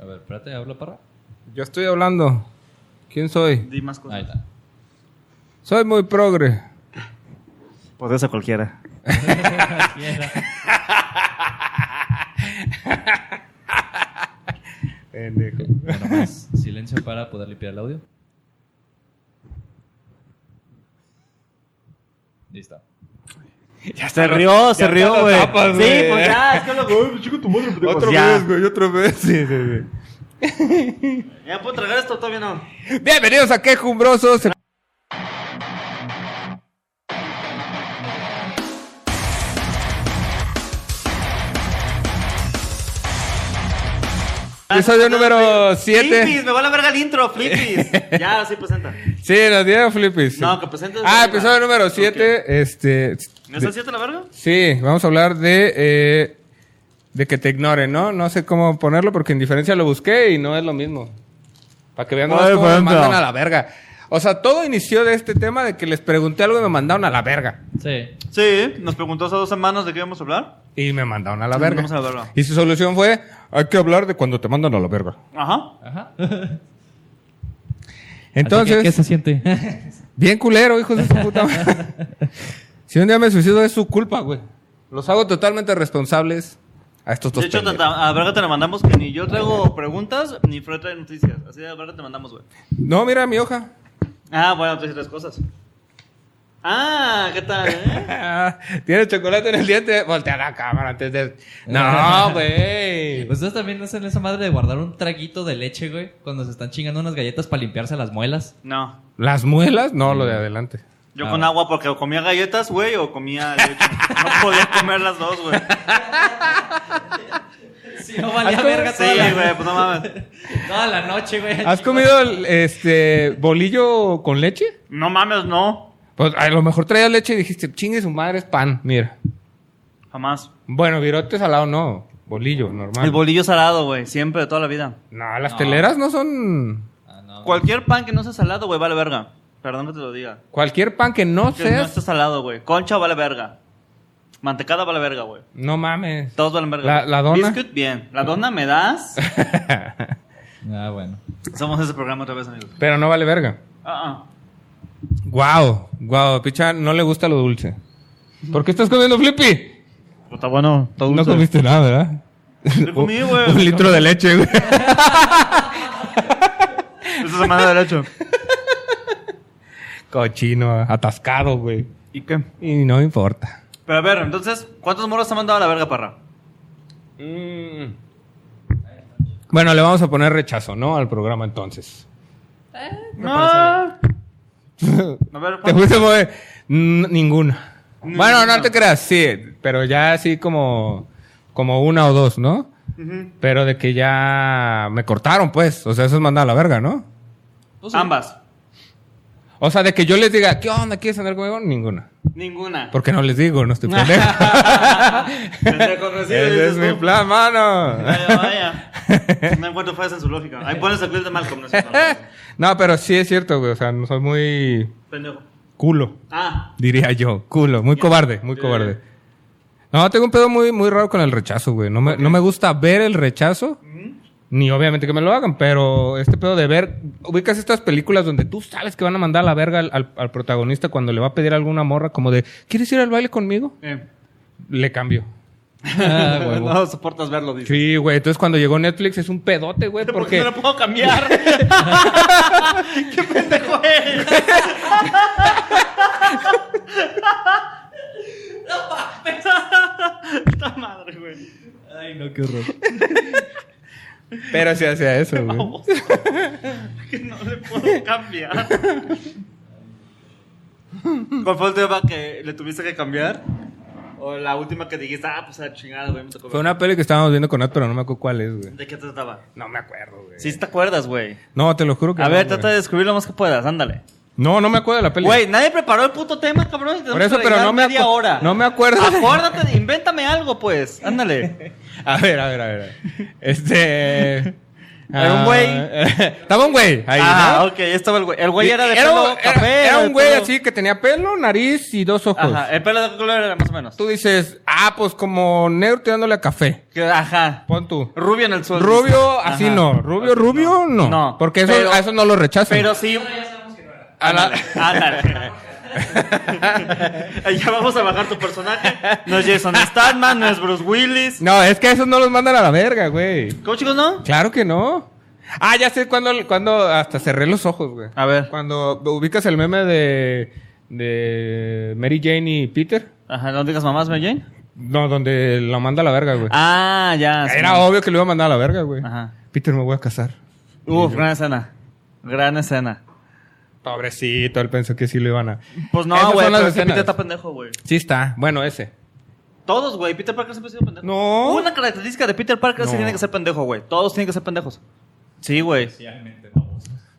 A ver, espérate, habla para. Yo estoy hablando. ¿Quién soy? Di más cosas. Ahí está. Soy muy progre. Pues eso cualquiera. Ok, bueno, más silencio para poder limpiar el audio. Listo. Ya se rió, se ya te rió, lo güey. Sí, tapas, güey. pues ya, es que lo... chico tu madre, pendejo. Otra Pues ya. vez, güey, otra vez. Sí, sí, sí. ¿Ya puedo tragar esto todavía no? Bienvenidos a Quejumbrosos. Ah, Episodio número 7. Flippies, me va a la verga el intro, flippies. ya, ahora sí presenta. Sí, nos dieron flippies. sí. No, que pues presentes Ah, arriba. episodio número 7. Este. ¿No está siete la verga? Sí, vamos a hablar de, eh, de que te ignoren, ¿no? No sé cómo ponerlo porque en diferencia lo busqué y no es lo mismo. Para que vean No nomás es cómo me diferente. mandan a la verga. O sea, todo inició de este tema de que les pregunté algo y me mandaron a la verga. Sí. Sí, nos preguntó hace dos semanas de qué íbamos a hablar. Y me mandaron a la Sí, verga. vamos a la verga. Y su solución fue, hay que hablar de cuando te mandan a la verga. Ajá. Ajá. Entonces, ¿Qué, se siente? bien culero, hijos de su puta madre. si un día me suicido es su culpa, güey. Los hago totalmente responsables a estos dos De hecho, pendejos. tanta- a verga te la mandamos que ni yo traigo preguntas ni Fred trae noticias. Así de a verga te mandamos, güey. No, mira mi hoja. Ah, bueno, tres otras cosas. Ah, ¿qué tal, eh? Tiene chocolate en el diente. Voltea la cámara antes de. No, güey. pues, ¿Ustedes también hacen esa madre de guardar un traguito de leche, güey? Cuando se están chingando unas galletas para limpiarse las muelas. No. ¿Las muelas? No, lo de adelante. Yo Ah. con agua porque o comía galletas, güey, o comía leche. No podía comer las dos, güey. Sí, no valía verga Sí, toda, la, güey, pues no mames. toda la noche, güey. ¿Has comido el, este bolillo con leche? No mames, no. Pues a lo mejor traías leche y dijiste, chingue su madre, es pan. Mira. Jamás. Bueno, virote salado no. Bolillo, normal. El bolillo salado, güey, siempre, de toda la vida. no, las No. teleras no son. Ah, no. Cualquier pan que no sea salado, güey, vale verga. Perdón que te lo diga. Cualquier pan que no Que no seas. esté salado, güey. Concha vale verga. Mantecada vale verga, güey. No mames. Todos valen verga. La- güey. la dona. Biscuit, bien. La dona me das. Ah, bueno. Somos ese programa otra vez, amigos. Pero no vale verga. Ah, ah. Guau, guau. Picha, no le gusta lo dulce. ¿Por qué estás comiendo flippy? Pero Está ah. bueno. Está No dulce. comiste nada, ¿verdad? Sí comí, güey. Un litro de leche, güey. Esta semana de derecho. Cochino, atascado, güey. ¿Y qué? Y no me importa. Pero a ver, entonces, ¿cuántos moros te han mandado a la verga, parra? Bueno, le vamos a poner rechazo, ¿no? Al programa entonces. No. A Te ver, ¿cuántos? fuiste muy... N- Ninguna. Ninguna. Bueno, no te creas, sí. Pero ya así como... Como una o dos, ¿no? Ujú. Pero de que ya me cortaron, pues. O sea, eso es mandar a la verga, ¿no? Pues, Ambas. O sea, de que yo les diga, ¿qué onda? ¿Quieres andar conmigo? Ninguna. Ninguna. Porque no les digo, no estoy pendejo. Pendejo, Pues sí, Ese dices es mi tú. plan, mano. Vaya, vaya. No encuentro fallas en su lógica. Ahí pones el clip de Malcolm. No sé, No, pero sí es cierto, güey. O sea, no soy muy Pendejo. culo, Ah, diría yo. Culo, muy cobarde, muy Sí. cobarde. No, tengo un pedo muy, muy raro con el rechazo, güey. No me, no me gusta ver el rechazo, ni obviamente que me lo hagan, pero este pedo de ver. Ubicas estas películas donde tú sabes que van a mandar a la verga al, al- al protagonista cuando le va a pedir alguna morra, como de, ¿quieres ir al baile conmigo? eh. Le cambio. ah, huevo. no soportas verlo, dice. Sí, güey. Entonces cuando llegó Netflix es un pedote, güey, ¿Por porque. qué no lo puedo cambiar? ¡Qué pendejo eres! ¡Esta madre, güey! Ay, no, qué horror. Pero sí hacía eso, güey. Baboso. que no le puedo cambiar. ¿Cuál fue el tema que le tuviste que cambiar? O la última que dijiste, ah, pues a chingada, güey, me tocó. Fue ver. una peli que estábamos viendo con Nat, pero no me acuerdo cuál es, güey. ¿De qué trataba? No me acuerdo, güey. Si te acuerdas, güey. No, te lo juro que A no, ver, güey. trata de descubrir lo más que puedas, ándale. No, no me acuerdo de la peli. Güey, nadie preparó el puto tema, cabrón. y tenemos Por eso, que pero rellenar no me media acu- hora. no me acuerdo. Acuérdate, de- invéntame algo, pues. Ándale. A ver, a ver, a ver. Este. Era un güey. Estaba un güey ahí, ah, ¿no? ok, estaba el güey. El güey era de Era- pelo era- café. era de un güey pelo- así que tenía pelo, nariz y dos ojos. Ajá, eh. el pelo de qué color era más o menos. Tú dices, ah, pues como negro tirándole a café. Que- Ajá. Pon tú. Rubio en el sol. Rubio, Ajá. así no. Rubio, rubio, no. No. Porque eso, Pero- a eso no lo rechazan. Pero sí. A la- Ándale, ándale. ya vamos a bajar tu personaje. No es Jason Statham, no es Bruce Willis. No, es que a esos no los mandan a la verga, güey. ¿Cómo chicos no? Claro que no. Ah, ya sé cuando, cuando hasta cerré los ojos, güey. A ver. Cuando ubicas el meme de, de Mary Jane y Peter. Ajá, no digas mamás, Mary Jane. No, donde lo manda a la verga, güey. Ah, ya. sí. Pues, Era obvio que lo iba a mandar a la verga, güey. Ajá. Peter, me voy a casar. Uf, gran escena. Gran escena. Pobrecito, él pensó que sí lo iban a... Pues Esas no, son güey, las pero es que escenas. Peter está pendejo, güey. Sí está. Bueno, ese. Todos, güey. Peter Parker siempre ha sido pendejo. No. Una característica de Peter Parker es que No. tiene que ser pendejo, güey. Todos tienen que ser pendejos. Sí, güey.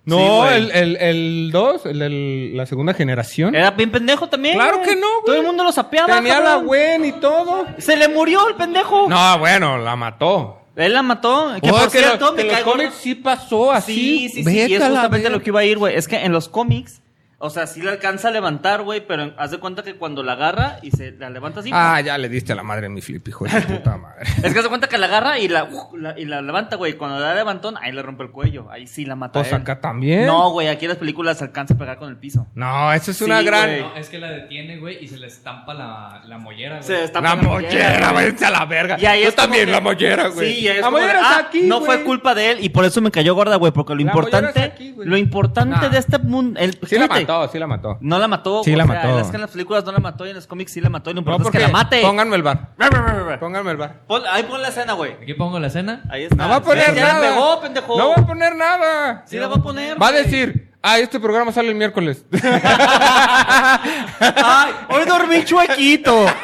No, güey. el, el, el dos, el, el- la segunda generación. Era bien pendejo también. Claro que no, güey. Todo el mundo lo sapeaba. Tenía la cabrón. Gwen y todo. Se le murió el pendejo. No, bueno, la mató. Él la mató. Que Oh, por que lo- cierto, que me los cae gordo. cómics sí pasó así. Sí, sí, sí. Vete Y es a la justamente verga. lo que iba a ir, güey. Es que en los cómics, o sea, sí le alcanza a levantar, güey, pero haz de cuenta que cuando la agarra y se la levanta así. Ah, ya le diste a la madre a mi flip, hijo de puta madre. Es que haz de cuenta que la agarra y la, uh, la- y la levanta, güey. Cuando le da levantón, ahí le rompe el cuello. Ahí sí la mata. Pues él. acá también. No, güey, aquí en las películas se alcanza a pegar con el piso. No, eso es una Sí, gran. güey. No, es que la detiene, güey, y se le estampa la, la mollera, güey. Se está La pegando- mollera, güey, vete a la verga. Y ahí Yo es como también, que- la mollera, güey. Sí, y ahí es la como de, mollera está ah, aquí. No güey. fue culpa de él y por eso me cayó gorda, güey, porque lo La mollera importante, está aquí, güey. lo importante Nah. de este mundo, el Sí la fíjate, mató, sí la mató. No la mató. Sí güey, la o sea, mató. Es que en las películas no la mató y en los cómics sí la mató y lo No, importante es que la mate. Pónganme el bar. Ra, ra, ra, ra, ra. Pónganme el bar. Pon- ahí pon la escena, güey. Aquí pongo la escena. Ahí está. No va a poner Ah, Ya la nada. pegó, pendejo. No va a poner nada. Sí la va a poner. Va a güey. decir, ah, este programa sale el miércoles. Ay, hoy dormí chuequito.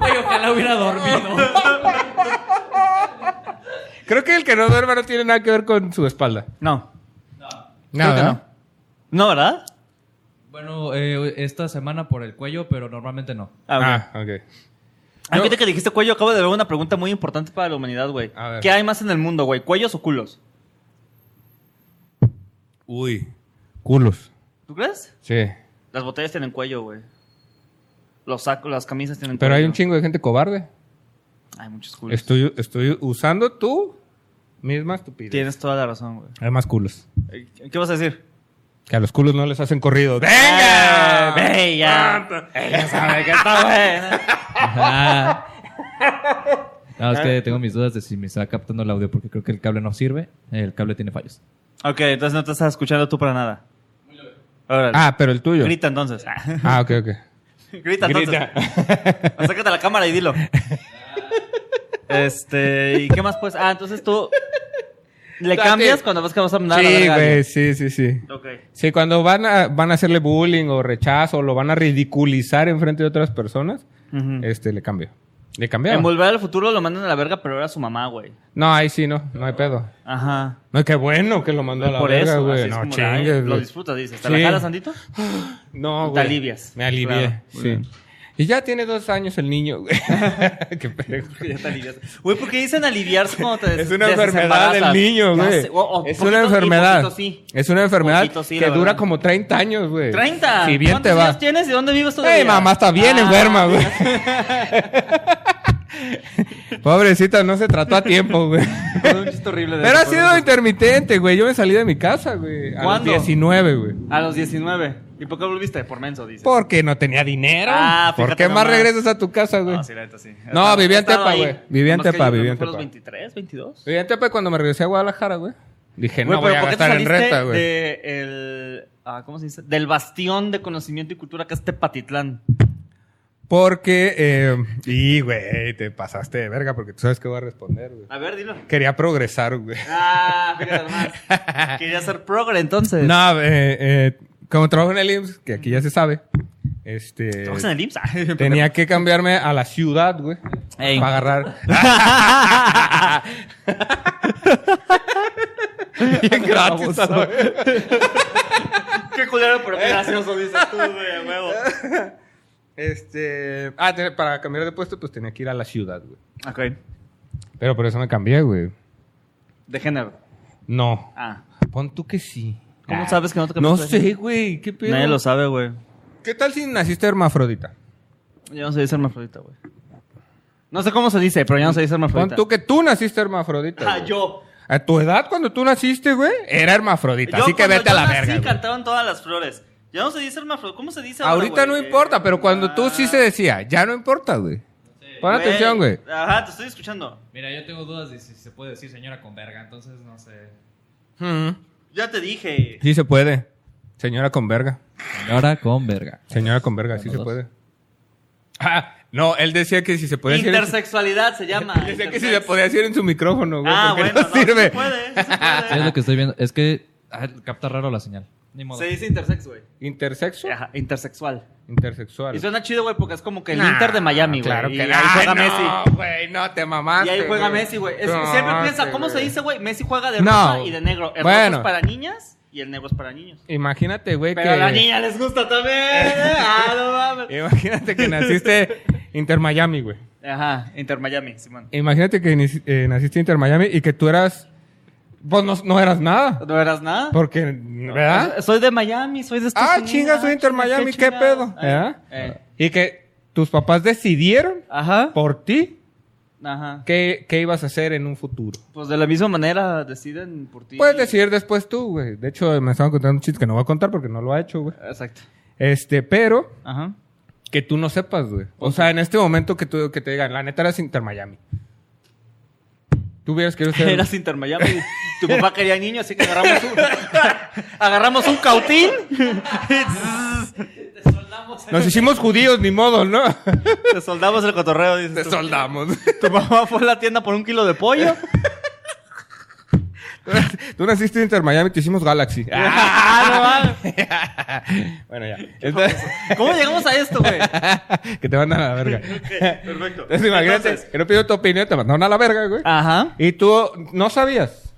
Güey, ojalá hubiera dormido. Creo que el que no duerma no tiene nada que ver con su espalda. No. Nada. Creo que no. No, ¿verdad? Bueno, eh, esta semana por el cuello, pero normalmente no. Ah, ok. Ah, ok. Ah, Yo- fíjate que dijiste cuello, acabo de ver una pregunta muy importante para la humanidad, güey. A ver. ¿Qué hay más en el mundo, güey? ¿Cuellos o culos? Uy. Culos. ¿Tú crees? Sí. Las botellas tienen cuello, güey. Los sacos, las camisas tienen Pero cuello. hay un chingo de gente cobarde. Hay muchos culos. Estoy, estoy usando tú misma estupidez. Tienes toda la razón, güey. Hay más culos. Eh, ¿Qué vas a decir? Que a los culos no les hacen corrido. ¡Venga! ¡Venga! ¡Bella! ¡Ella sabe que está buena! Ajá. No, es que tengo mis dudas de si me está captando el audio porque creo que el cable no sirve. El cable tiene fallos. Ok, entonces no te estás escuchando tú para nada. Órale. Ah, pero el tuyo. Grita entonces. Ah, ok, ok. Grita entonces. Acércate a la cámara y dilo. este, ¿y qué más pues? Ah, entonces tú le Date. cambias cuando ves que vas a mandar a la Ah, Sí, verga a alguien. güey, sí, sí, sí. Ok. Sí, cuando van a, van a hacerle bullying o rechazo o lo van a ridiculizar en frente de otras personas, Ujú. este, le cambio. Le En cambio. Volver al Futuro lo mandan a la verga, pero era su mamá, güey. No, ahí sí, no, no hay pedo. Ajá. No, qué bueno que lo mandó a la Por verga, eso, así güey. es No, como la- chingues, Lo güey. disfrutas, dices. ¿Te Sí. la jalas, Sandito? No, Te güey. alivias. Me alivié, Claro, muy sí. bien. Y ya tiene dos años el niño, güey. Qué pedo. Ya te alivias. Güey, ¿por qué dicen aliviarse cuando te Es des- una te enfermedad del desembarazas? niño, Ya güey. sé, o- o Es poquito una sí, enfermedad. poquito sí. Es una enfermedad Poquito sí, que la dura verdad. como 30 años, güey. 30. Si bien te ¿Cuántos va. años tienes? ¿De dónde vives todavía? Ey, mamá está bien Ah, enferma, güey. Pobrecita, no se trató a tiempo, güey. Fue un chiste horrible de Pero ha eso, sido por eso. intermitente, güey. Yo me salí de mi casa, güey. A los ¿Cuándo? 19, güey. A los 19. ¿Y por qué volviste? Por menso, dices. Porque no tenía dinero. Ah, ¿Por fíjate qué más nomás. regresas a tu casa, güey? No, sí, la neta, sí. No, Estaba- vivía en estaba Tepa, ahí. güey. Vivía en Nomás que Tepa, yo creo vivía que en fue a los Tepa. 23, 22. Y antes, pues, cuando me regresé a Guadalajara, güey. Dije, Güey, no voy pero a ¿por qué te gastar en saliste renta, güey. de el- ah, ¿Cómo se dice? Del bastión de conocimiento y cultura que es Tepatitlán. Porque, eh, y güey, te pasaste de verga porque tú sabes que voy a responder, güey. A ver, dilo. Quería progresar, güey. Ah, fíjate más. Quería hacer progre entonces. No, eh, eh, como trabajo en el IMSS, que aquí ya se sabe, este, ¿Trabajas en el IMSS? tenía que cambiarme a la ciudad, güey. Ey. Para agarrar. Bien gratis, güey. Qué culero, pero qué gracioso dices tú, güey, a huevo. Este, ah, te- para cambiar de puesto, pues tenía que ir a la ciudad, güey. Ok. Pero por eso me cambié, güey. De género. No. Ah. Pon tú que sí. Ah, ¿Cómo sabes que no te No cambiaste sé, de género? güey. ¿Qué pedo? Nadie lo sabe, güey. ¿Qué tal si naciste hermafrodita? Yo no sé dice hermafrodita, güey. No sé cómo se dice, pero yo no sé dice Pon hermafrodita. tú que tú naciste hermafrodita. Ah, güey. yo. A tu edad, cuando tú naciste, güey, era hermafrodita. Yo así que cuando vete a yo la nací, verga. güey. cantaban todas las flores. Ya no se dice hermafrodita. ¿Cómo se dice ahora, Ahorita no güey? importa, pero cuando tú sí se Ah, decía, ya no importa, güey. Pon atención, güey. Ajá, te estoy escuchando. Mira, yo tengo dudas de si se puede decir señora con verga, entonces no sé. Ujú. Ya te dije. Sí se puede. Señora con verga. Señora con verga. Señora con verga, sí Bueno, se dos. puede. Ah, no, él decía que si se podía decir. en su- Intersexualidad se llama. Decía que si se intersex. podía decir en su micrófono, güey. Ah, porque bueno, no, no sirve. sí puede, sí puede. es lo que estoy viendo. Es que ah, capta raro la señal. Ni modo. Se dice intersex, güey. Intersexo. Ajá, intersexual. Intersexual. Y suena chido, güey, porque es como que el Nah, Inter de Miami, güey. Claro y que ahí Ay, juega no, Messi. güey, no te mamaste. Y ahí juega güey. Messi, güey. Es- Ah, No, siempre piensa, sí, ¿cómo se güey. dice, güey? Messi juega de No. rosa y de negro. El rosa Bueno. es para niñas y el negro es para niños. Imagínate, güey, Pero a la que. niña les gusta también. ah, no mames. Imagínate que naciste Inter Miami, güey. Ajá, Inter Miami, Simón. Imagínate que inici- eh, naciste Inter Miami y que tú eras. Pues no, no eras nada. ¿No eras nada? Porque, ¿verdad? Soy- Soy de Miami, soy de Estados ah, Unidos. chinga, soy Inter Miami, qué, chingados. pedo. Ay, ¿verdad? eh. Y que tus papás decidieron Ajá. por ti Ajá. qué, qué ibas a hacer en un futuro. Pues de la misma manera deciden por ti. Puedes decidir después tú, güey. De hecho, me estaban contando un chiste que no voy a contar porque no lo ha hecho, güey. Exacto. Este, pero Ajá. que tú no sepas, güey. O sea, en este momento que, tú, que te digan, la neta eras Inter Miami. Tú hubieras querido ser. Eras Inter Miami. Tu papá quería niño, así que agarramos un, agarramos un cautín. Nos hicimos judíos, ni modo, ¿no? Te soldamos el cotorreo, dices. Te tú. soldamos. Tu mamá fue a la tienda por un kilo de pollo. Tú naciste en Inter Miami, te hicimos Galaxy. Ah, no mames. bueno, ya. Entonces- ¿Cómo llegamos a esto, güey? que te mandan a la verga. Perfecto. Entonces, Ah. imagínate que no pidió tu opinión, te mandaron a la verga, güey. Ajá. Y tú no sabías.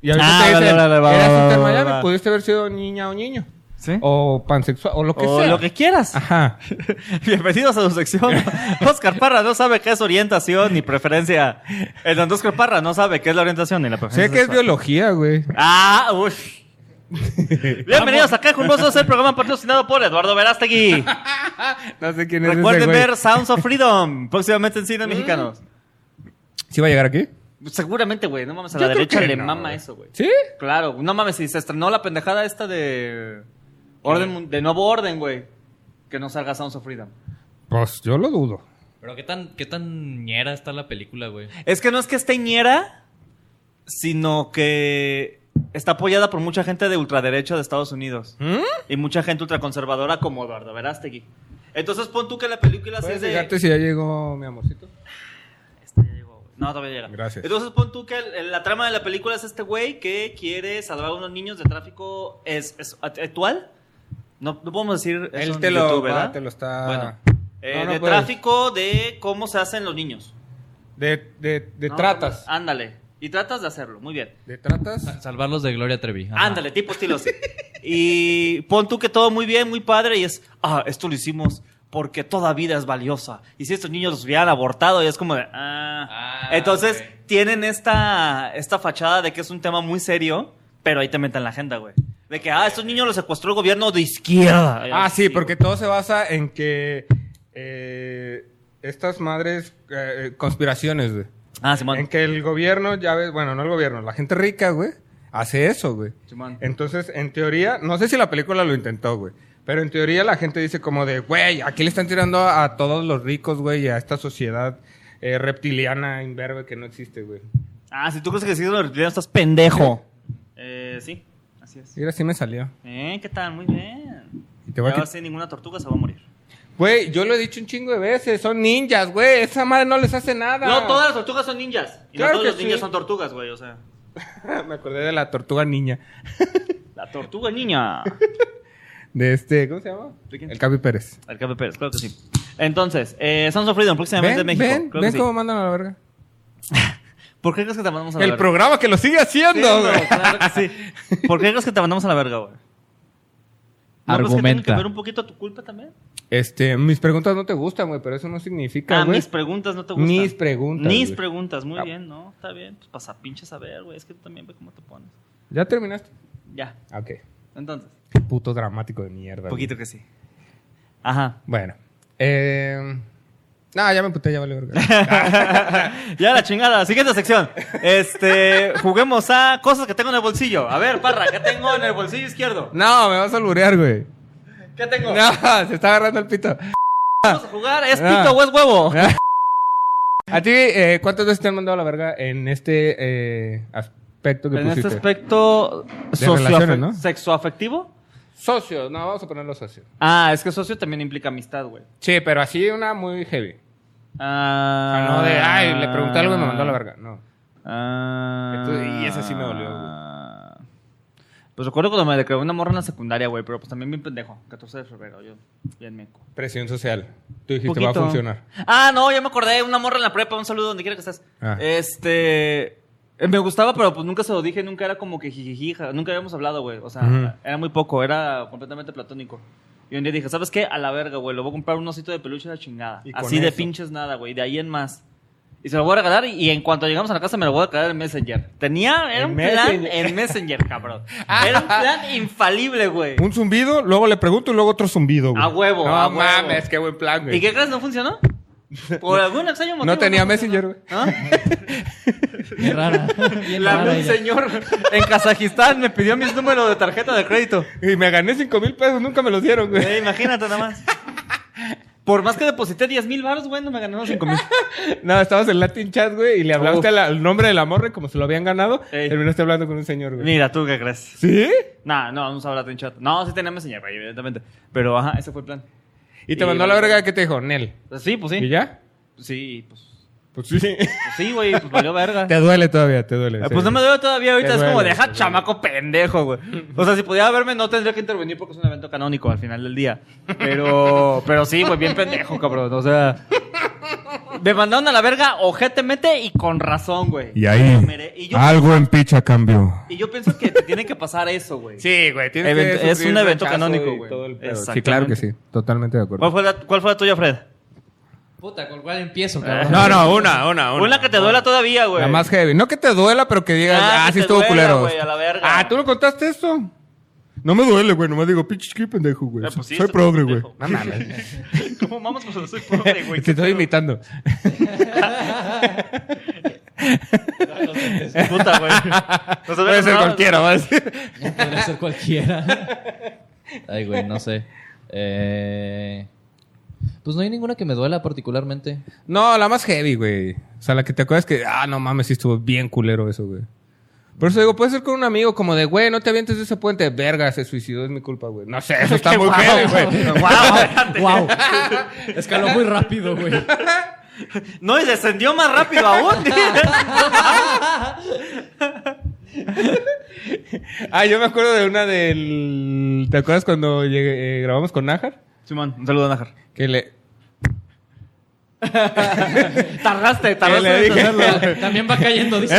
Y a Ah, vale, vale, va, eras va, Inter va, va, Miami, va. pudiste haber sido niña o niño. Sí. O, O pansexual, o lo que sea. lo que quieras. Ajá. Bienvenidos a su sección. Oscar Parra no sabe qué es orientación ni preferencia. El don Oscar Parra no sabe qué es la orientación ni la preferencia. Sé que es sexual. biología, güey. Ah, uff. Bienvenidos a Cajun es el programa patrocinado por Eduardo Verástegui. No sé quién es ese Recuerden güey. Mm. ver Sounds of Freedom próximamente en cines mexicanos. ¿Sí va a llegar aquí? Seguramente, güey, no mames, a Yo la creo derecha que le no, mama güey. eso, güey. ¿Sí? Claro, no mames, si se estrenó la pendejada esta de orden mun- de nuevo orden, güey, que no salga Sounds of Freedom. Pues yo lo dudo. Pero qué tan, qué tan ñera está la película, güey. Es que no es que esté ñera, sino que está apoyada por mucha gente de ultraderecha de Estados Unidos. Y mucha gente ultraconservadora como Eduardo Verástegui. Entonces pon tú que la película sí ¿Puedes es de... fijarte si ya llegó mi amorcito? Este ya llegó, güey. No, todavía llega. Gracias. Entonces pon tú que el- la trama de la película es este güey que quiere salvar a unos niños de tráfico es, es- actual. No, no podemos decir eso Él en te lo, YouTube, va, ¿verdad? te lo está... Bueno, eh, No, no de puedes. tráfico de cómo se hacen los niños. De, de, de ¿no? ah. tratas. Ándale. Y tratas de hacerlo, muy bien. ¿De Ah, tratas? Salvarlos de Gloria Trevi. Ajá. Ándale, tipo estilo así. Y pon tú que todo muy bien, muy padre, y es, ah, esto lo hicimos porque toda vida es valiosa. Y si estos niños los hubieran abortado, y es como de, ah. Ah, Entonces, ok. tienen esta, esta fachada de que es un tema muy serio, pero ahí te meten la agenda, güey. De que, ah, estos niños los secuestró el gobierno de izquierda. Ah, sí, porque güey. todo se basa en que eh, estas madres eh, eh, conspiraciones, güey. Ah, Simón. En que el gobierno, ya ves, bueno, no el gobierno, la gente rica, güey, hace eso, güey. Simón. Entonces, en teoría, no sé si la película lo intentó, güey. Pero en teoría la gente dice como de, güey, aquí le están tirando a todos los ricos, güey, y a esta sociedad eh, reptiliana imberbe que no existe, güey. Ah, si tú crees que si los reptilianos estás pendejo. Eh, sí, así es. Mira, sí me salió. Eh, ¿qué tal? Muy bien. Y te voy a Ya quit- sin ninguna tortuga se va a morir. Güey, yo lo he dicho un chingo de veces, son ninjas, güey, esa madre no les hace nada. No, todas las tortugas son ninjas. Y Claro no todos que los ninjas sí. son tortugas, güey. O sea, Me acordé de la tortuga niña. la tortuga niña. De este, ¿cómo se llama? ¿De quién? El Capi Pérez. El Cabe Pérez, claro que sí. Entonces, eh, Sons of Freedom, próximamente en Ven, México. ven, claro ven que sí. cómo mandan a la verga. ¿Por qué crees que te mandamos a la El verga? programa que lo sigue haciendo, güey. Sí, no, claro que sí. ¿Por qué crees que te mandamos a la verga, güey? ¿No crees que tiene que Argumenta. ver un poquito tu culpa también? Este, mis preguntas no te gustan, güey, pero eso no significa, Ah, güey. mis preguntas no te gustan. Mis preguntas. Mis güey. preguntas, muy Ah. bien, ¿no? Está bien. Pues pasa pinches a ver, güey. Es que tú también ve cómo te pones. ¿Ya terminaste? Ya. Ah, Ok. Entonces. Qué puto dramático de mierda. güey. Poquito que sí. Ajá. Bueno. Eh... No, ya me puté, ya vale verga. Ya la chingada. Siguiente sección. Este, juguemos a cosas que tengo en el bolsillo. A ver, parra, ¿qué tengo en el bolsillo izquierdo? No, me vas a alburear, güey. ¿Qué tengo? No, se está agarrando el pito. Vamos a jugar. ¿Es Ah. pito o es huevo? A ti, eh, ¿cuántas veces te han mandado a la verga en este eh, aspecto que En pusiste? este aspecto relaciones, ¿no? sexoafectivo. Socio, no, vamos a ponerlo socio. Ah, es que socio también implica amistad, güey. Sí, pero así una muy heavy. O Ah, sea, no de, ay, le pregunté algo y me mandó a la verga. No. Ah. Entonces, y ese sí me dolió, güey. Pues recuerdo cuando me declaré una morra en la secundaria, güey, pero pues también bien pendejo. 14 de febrero, yo bien meco. Presión social. Tú dijiste, va a Poquito. funcionar. Ah, no, ya me acordé, una morra en la prepa, un saludo donde quiera que estés. Ah. Este. eh, Me gustaba, pero pues nunca se lo dije, nunca era como que jijijija, nunca habíamos hablado, güey. O sea, Ujú. era muy poco, era completamente platónico. Y un día dije, ¿sabes qué? A la verga, güey, le voy a comprar un osito de peluche de la chingada. Y con Así de eso. pinches nada, güey, de ahí en más. Y se lo voy a regalar y, y en cuanto llegamos a la casa me lo voy a regalar en Messenger. Tenía, era En un plan Messenger. Ah. en Messenger, cabrón. Era un plan infalible, güey. Un zumbido, luego le pregunto y luego otro zumbido, güey. A huevo, No a huevo. mames, qué buen plan, güey. ¿Y qué crees? ¿No funcionó? Por algún extraño motivo. No tenía funcionó. Messenger, güey. ¿Ah? Bien rara. Bien La- rara un ella. señor en Kazajistán me pidió mis números de tarjeta de crédito. Y me gané 5 mil pesos, nunca me los dieron, güey. Eh, imagínate nada más. Por más que deposité 10 mil baros, güey, no me ganaron 5 mil. No, estabas en Latin Chat, güey, y le hablaste al- al nombre de la morra y como se lo habían ganado, Ey. terminaste hablando con un señor, güey. Mira, ¿tú qué crees? ¿Sí? Nah, no, no sabrá en chat. No, sí tenía Messenger, güey, evidentemente. Pero ajá, ese fue el plan. Y te Y mandó la- la verga que te dijo, Nel. Pues sí, pues sí. ¿Y ya? Sí, pues, Pues sí. pues sí, güey, pues valió verga. te duele todavía, te duele. Eh, sí. Pues no me duele todavía ahorita, Te es como duele, deja te duele. chamaco pendejo, güey. O sea, si pudiera verme no tendría que intervenir porque es un evento canónico al final del día. Pero, pero sí, güey, bien pendejo, cabrón. O sea, me mandaron a la verga ojetemente y con razón, güey. Y ahí, Yo mere- y yo, algo en picha cambió. y yo pienso que te tiene que pasar eso, güey. Sí, güey, tienes Event- que es sufrir un evento rechazo canónico, y güey. todo el pedo. Sí, Exactamente. claro que sí. Totalmente de acuerdo. ¿Cuál fue la, cuál fue la tuya, Fred? Puta, ¿con cuál empiezo, cabrón? No, no, una, una, una. Una, que te duela todavía, güey. La más heavy. No que te duela, pero que digas, Ah, ah, que sí te estuvo duela, culero. güey, a la verga. Ah, ¿tú no contaste eso? No me duele, güey, nomás digo, pinche qué pendejo, güey. Eh, pues sí, Soy eso progre, es güey. pendejo. No mames. ¿Cómo vamos con soy pobre, güey? Pues te estoy imitando. Puta, güey. Nos Puede ser habíamos- cualquiera, va a decir. No podría ser cualquiera. Ay, güey, no sé. Eh, Pues no hay ninguna que me duela particularmente. No, la más heavy, güey. O sea, la que te acuerdas que, ah, no mames, sí estuvo bien culero eso, güey. Por eso digo, puede ser con un amigo como de, güey, no te avientes de ese puente. Verga, se suicidó, es mi culpa, güey. No sé, eso está muy heavy, güey. Guau, ¡Wow! Ah, Escaló muy rápido, güey. No, y descendió más rápido aún. Ah, yo me acuerdo de una del... ¿Te acuerdas cuando llegué- eh, grabamos con Najar? Simón, un saludo a Najar. Que le... Tardaste, que le tardaste. en dije- entenderlo. También va cayendo, dice.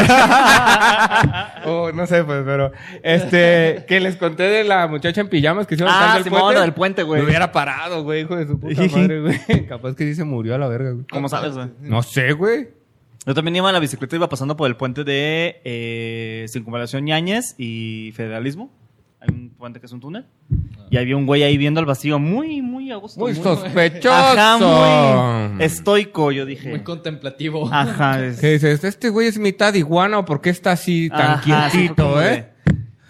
Oh, no sé, pues, pero... Este... Que les conté de la muchacha en pijamas que hicieron Ah, saltar Simón, la del puente, güey. Me hubiera parado, güey, hijo de su puta madre, güey. Capaz que sí se murió a la verga, güey. ¿Cómo sabes, güey? No sé, güey. Yo también iba en la bicicleta, iba pasando por el puente de eh, Circunvalación Ñañez y Federalismo. Hay un puente que es un túnel. Y había un güey ahí viendo al vacío muy, muy a gusto. Muy sospechoso. Ajá, muy estoico, yo dije. Muy contemplativo. Ajá. es- Que dices, este güey es mitad iguana o por qué está así tan Ajá, sí, fue quietito, como ¿eh? de,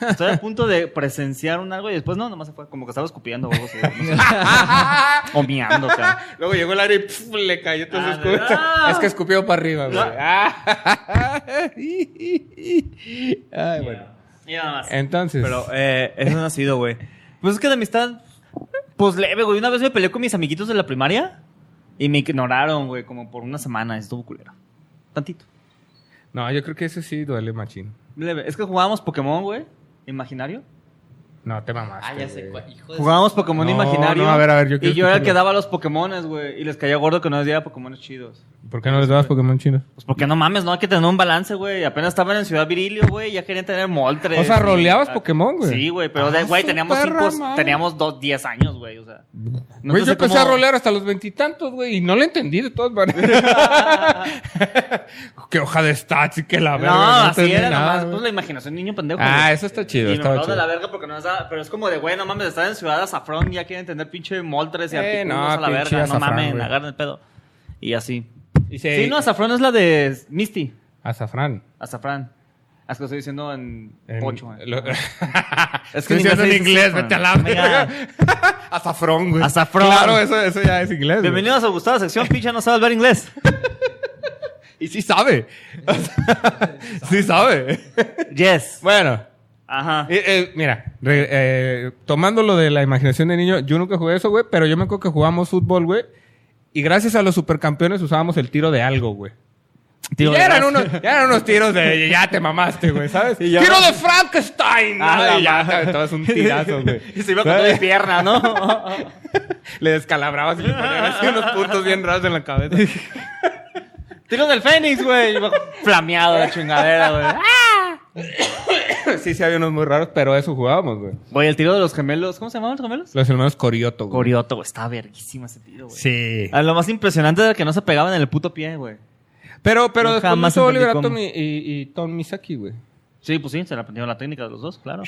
Estoy a punto de presenciar un algo y después no, nomás se fue como que estaba escupiendo o algo así, no sé. O miando, cara. eh? Luego llegó el aire y pf, le cayó todo Ah, su escudo. no. Es que escupió para arriba, güey. No. Ah. Ay, bueno. Y nada más. Entonces, Pero eh, eso no ha sido, güey. Pues es que de amistad, pues leve, güey. Una vez me peleé con mis amiguitos de la primaria y me ignoraron, güey, como por una semana. Estuvo culero. Tantito. no, yo creo que eso sí duele machín. Leve. Es que jugábamos Pokémon, güey. Imaginario. No, te mamaste. Ah, ya sé güey. cuál. Hijo de Jugábamos Pokémon No, imaginario. no, a ver, a ver, yo y quiero yo era el que escucharlo. daba los Pokémones, güey. Y les caía gordo que no les diera Pokémones chidos. ¿Por qué no les dabas Pokémon chinos? Pues porque no mames, no hay que tener un balance, güey. Apenas estaban en Ciudad Virilio, güey, ya querían tener Moltres. O sea, y- roleabas ah, Pokémon, güey. Sí, güey, pero de- Ah, güey, su teníamos perra cinco, madre. teníamos dos, diez años, güey, o sea. No Güey, yo sé empecé cómo- a rolear hasta los veintitantos, güey, y no le entendí de todas maneras. qué hoja de stats y que la verga. no, así entendí era nada, nomás. güey. Pues la imaginación, niño pendejo. Ah, güey. eso está chido, Y me estaba mandó de chido. la verga porque no es da- Pero es como de, güey, no mames, están en Ciudad Azafrón, ya quieren tener pinche moltres y Eh, artículos no, a la pinche verga. No azafrán, mames, güey. Eh, agarren el pedo. Y así. Y se- Sí, no, Azafrón es la de Misty. Azafrán. Azafrán. Es que lo estoy diciendo en, En- pocho. eh. lo- Es Estoy diciendo en se dice inglés, azafrán. vete a la verga. Azafrón, güey. Azafrón. Claro, eso, eso ya es inglés. güey. Bienvenidos a Gustavo Sección, pinche no sabe hablar inglés. Y sí sabe. O sea, sí sabe. Yes. Bueno. Ajá. Eh, eh, mira, re- eh, tomando lo de la imaginación de niño, yo nunca jugué eso, güey, pero yo me acuerdo que jugábamos fútbol, güey. Y gracias a los supercampeones usábamos el tiro de algo, güey. Y ya, eran unos, ya eran unos tiros de ya te mamaste, güey, ¿sabes? ya- ¡Tiro de Frankenstein! Ah, ¿no? la Y ya, madre. ¿sabes? Estabas un tirazo, güey. Y se iba con toda la pierna, ¿no? Le descalabrabas y le ponían así unos puntos bien raros en la cabeza. Tiro del Fénix, güey. Flameado la chingadera, güey. sí, sí, había unos muy raros, pero eso jugábamos, güey. Güey, el tiro de los gemelos. ¿Cómo se llamaban los gemelos? Los hermanos Corioto, güey. Corioto, güey. Estaba verguísima ese tiro, güey. Sí. Ah, Lo más impresionante era que no se pegaban en el puto pie, güey. Pero, pero Yo después jamás hizo Oliver entendí Atom y, y, y Tom Misaki, güey. Sí, pues sí, se le aprendió la técnica de los dos, claro.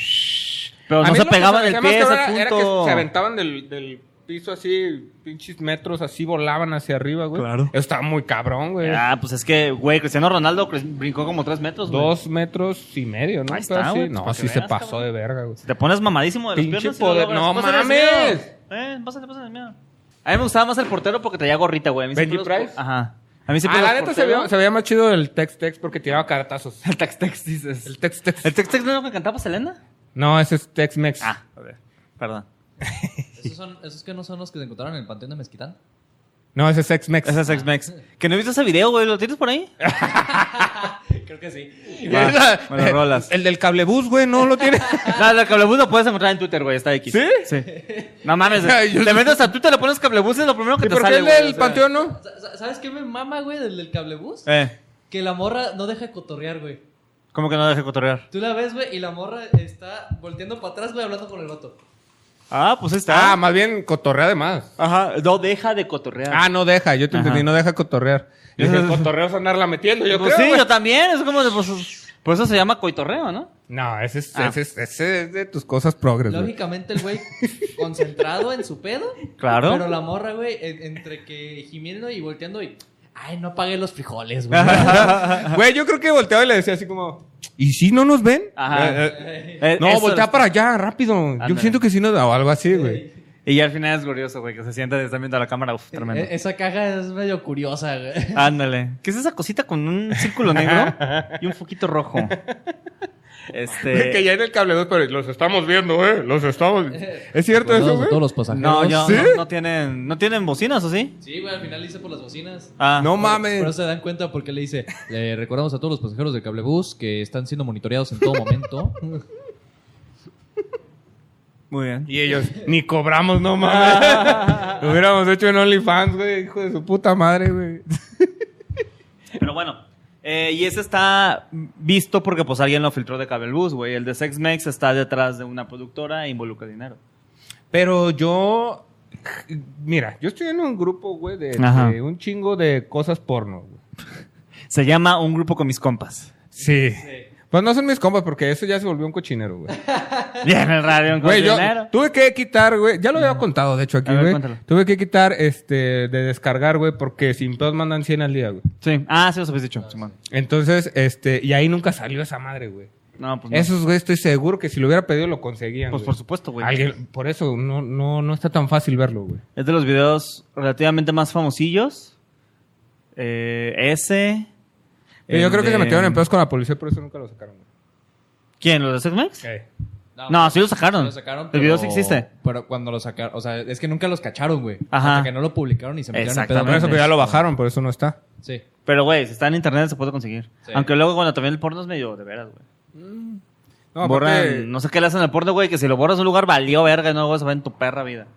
Pero A no mí se lo que pegaban me en el parecía pie más ese cabrón era punto. que se aventaban del, del piso así, pinches metros así, volaban hacia arriba, güey. Claro. Eso estaba muy cabrón, güey. Ah, pues es que, güey, Cristiano Ronaldo cre- brincó como tres metros, güey. Dos metros y medio, ¿no? Ahí Pero está, sí, güey, No, para que sí se veas, pasó cabrón. de verga, güey. Te pones mamadísimo de las Pinche piernas. y poder- luego, no pásales mames. miedo. Eh, pásale, pásale miedo. A mí me gustaba más el portero porque traía gorrita, güey. A mí siempre ¿Benji los- Price? Ajá. A mí siempre Ah, la los neta se porteros- veía, se veía más chido el tex-tex porque tiraba cartazos. El Tex Tex, dices. El tex-tex. ¿El Tex Tex no es lo que cantaba Selena? No, ese es tex-mex. Ah, a ver. Perdón. ¿Esos, son, ¿Esos que no son los que se encontraron en el panteón de Mezquitán? No, ese es tex-mex. Ese es Tex Mex. Que no he visto ese video, güey. ¿Lo tienes por ahí? Creo que sí. Va, Esa- me lo rolas. El del cablebus, güey, no lo tiene. No, el cablebus Ah, lo puedes encontrar en Twitter, güey. Está aquí. ¿Sí? Sí. No mames. Ay, yo- Te metes a Twitter, le pones cablebus y es lo primero que ¿Y te por qué sale, el güey, del o sea. panteón no? Sa- sa- ¿Sabes qué me mama, güey, del, del cablebus? Eh. Que la morra no deja de cotorrear, güey. ¿Cómo que no deje cotorrear? Tú la ves, güey, y la morra está volteando para atrás, güey, hablando con el vato. Ah, pues ahí está. Ah, más bien cotorrea de más. Ajá. No deja de cotorrear. Ah, no deja, yo te Ajá. entendí, no deja cotorrear. Y Eso dije, es- cotorreo es andarla metiendo, yo Pues creo. sí, güey. yo también. Es como de, pues, por eso se llama coitorreo, ¿no? No, ese es, Ah. ese, es, ese es de tus cosas Pues, progres, güey. Lógicamente el güey concentrado en su pedo. Claro. Pero la morra, güey, en- entre que gimiendo y volteando y... Ay, no pagué los frijoles, güey. Ajá. Güey, yo creo que volteaba y le decía así como, ¿y si no nos ven? Eh, No, eso- voltea para allá, rápido. Yo Ándale. siento que sí nos... O algo así, güey. Y ya al final es glorioso, güey, que se sienta y está viendo a la cámara. Eh, Uf, tremendo. E- Esa caja es medio curiosa, güey. Ándale. ¿Qué es esa cosita con un círculo negro y un foquito rojo? Este. Que ya en el cable 2, pero los estamos viendo, eh. Los estamos... Eh. ¿Es cierto eso, Todos, güey? todos los pasajeros. No, yo- ¿Sí? no, no tienen, no tienen bocinas, ¿o sí? Sí, güey, al final hice por las bocinas. Ah, No Pero mames. se dan cuenta porque le dice, le recordamos a todos los pasajeros del cablebús que están siendo monitoreados en todo momento. Muy bien. Y ellos, ni cobramos, no mames. Lo hubiéramos hecho en OnlyFans, güey. Hijo de su puta madre, güey. Pero bueno. eh, y ese está visto porque pues alguien lo filtró de Cabelbus, güey. El de Sex Mex está detrás de una productora e involucra dinero. Pero yo. Mira, yo estoy en un grupo, güey, de, Ajá. de un chingo de cosas porno, güey. Se llama Un Grupo con Mis Compas. Sí. Pues no son mis compas porque eso ya se volvió un cochinero, güey. Bien, el radio en Güey, yo Cochinero. tuve que quitar, güey. Ya lo había contado, de hecho, aquí, A ver, güey. cuéntalo. Tuve que quitar, este, de descargar, güey, porque sin pedos mandan 100 al día, güey. Sí. Ah, sí, os habéis dicho, Simón. Entonces, este, y ahí nunca salió esa madre, güey. No, pues no. Esos, güey, estoy seguro que si lo hubiera pedido lo conseguían. Pues güey. por supuesto, güey. Alguien, por eso no, no, no está tan fácil verlo, güey. Es de los videos relativamente más famosillos. Eh, ese. Yo El creo que de- se metieron en pedos con la policía, por eso nunca lo sacaron, güey. ¿Quién? ¿Los de Sex Mex? Ok. No, sí lo sacaron. pues, Lo sacaron, El video sí existe. Pero cuando lo sacaron, o sea, es que nunca los cacharon, güey. Ajá. Hasta que no lo publicaron y se metieron en pedo. Exactamente. Por eso, pero ya lo bajaron, por eso no está. Sí. Pero, güey, si está en internet se puede conseguir. Sí. Aunque luego cuando también el porno es medio de veras, güey. No, Borran, aparte- no sé qué le hacen al porno, güey, que si lo borras a un lugar valió verga y no lo vas a ver en tu perra vida.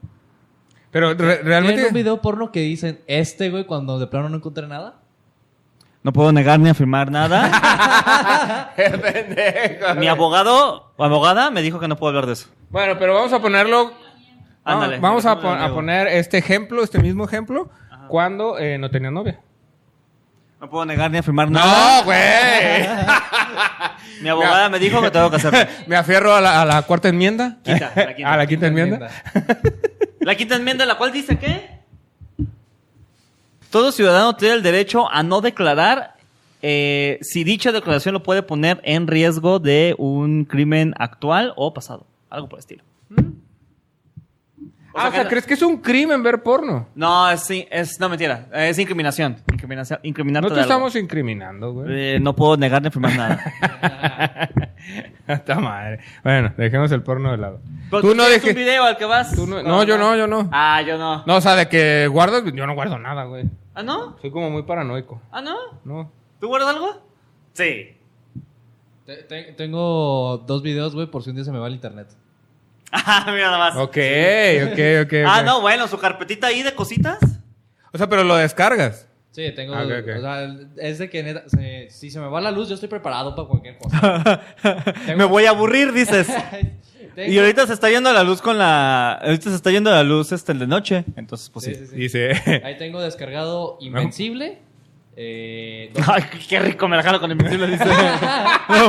Pero re- ¿Tienen un realmente. video porno que dicen, este, güey, cuando de plano no encontré nada? No puedo negar ni afirmar nada. pendejo. Mi abogado o abogada me dijo que no puedo hablar de eso. Bueno, pero vamos a ponerlo. Ándale. Ah, vamos a, déjame pon- lo a niego. poner este ejemplo, este mismo ejemplo, cuando eh, no tenía novia. No puedo negar ni afirmar nada. No, güey. Mi abogada me dijo que tengo que hacerlo. Me afierro a la, a la cuarta enmienda. Quinta, la quinta. a la quinta enmienda. La quinta enmienda, la cual dice que todo ciudadano tiene el derecho a no declarar eh, si dicha declaración lo puede poner en riesgo de un crimen actual o pasado. Algo por el estilo. Ah, o sea, ¿crees que es un crimen ver porno? No, es, sí, es no mentira. eh, Es incriminación. Incriminación. No Incriminarte te de algo. estamos incriminando, güey. Eh, no puedo negar ni afirmar nada. Hasta madre. Bueno, dejemos el porno de lado. Pero Tú no tienes un dejes. video al que vas? tú no- no, yo no, yo no. Ah, yo no. No, o sea, de que guardas, yo no guardo nada, güey. ¿Ah, no? Soy como muy paranoico. ¿Ah, no? No. ¿Tú guardas algo? Sí. Te- te- Tengo dos videos, güey, por si un día se me va el internet. Ah, mira nada más. Ok, ok, ok. Ah, ok. no, bueno, su carpetita ahí de cositas. O sea, pero lo descargas. Sí, tengo. Ah, ok, ok. O sea, es de que neta, se- si se me va la luz, yo estoy preparado para cualquier cosa. Tengo- Me voy a aburrir, dices. Tengo- y ahorita se está yendo la luz con la. Ahorita se está yendo la luz este, el de noche. Entonces, pues sí. Sí, sí, sí. Dice. Ahí tengo descargado Invencible. Eh, dos- Ay, qué rico me la jalo con invisible, dice. no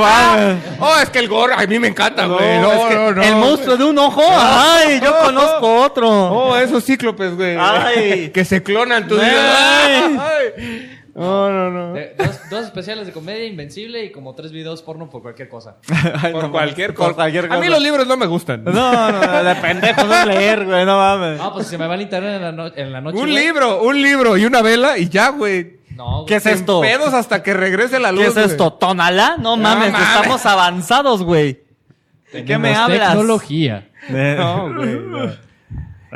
Oh, es que el gore, a mí me encanta, güey. No, no, es que no, El monstruo de un ojo. Ay, yo conozco otro. Oh, esos cíclopes, güey. eh, Ay. que se clonan, tú Ay. dices. Ay. No, no, no. de- dos, dos especiales de comedia, Invencible y como tres videos porno por cualquier cosa. Ay, Por no cualquier mames. cosa. Por cualquier cosa. A mí los libros no me gustan. No, no, de pendejo no leer, güey, no mames. No, pues si se me va el internet en la, no- en la noche. Un güey. libro, un libro y una vela y ya, güey. No, güey. ¿Qué es Sin esto? Pedos hasta que regrese la luz. ¿Qué es güey. esto? ¿Tonalá? No No mames, mames. estamos avanzados, güey. ¿De Tenemos qué me hablas? Tecnología. No, güey. no.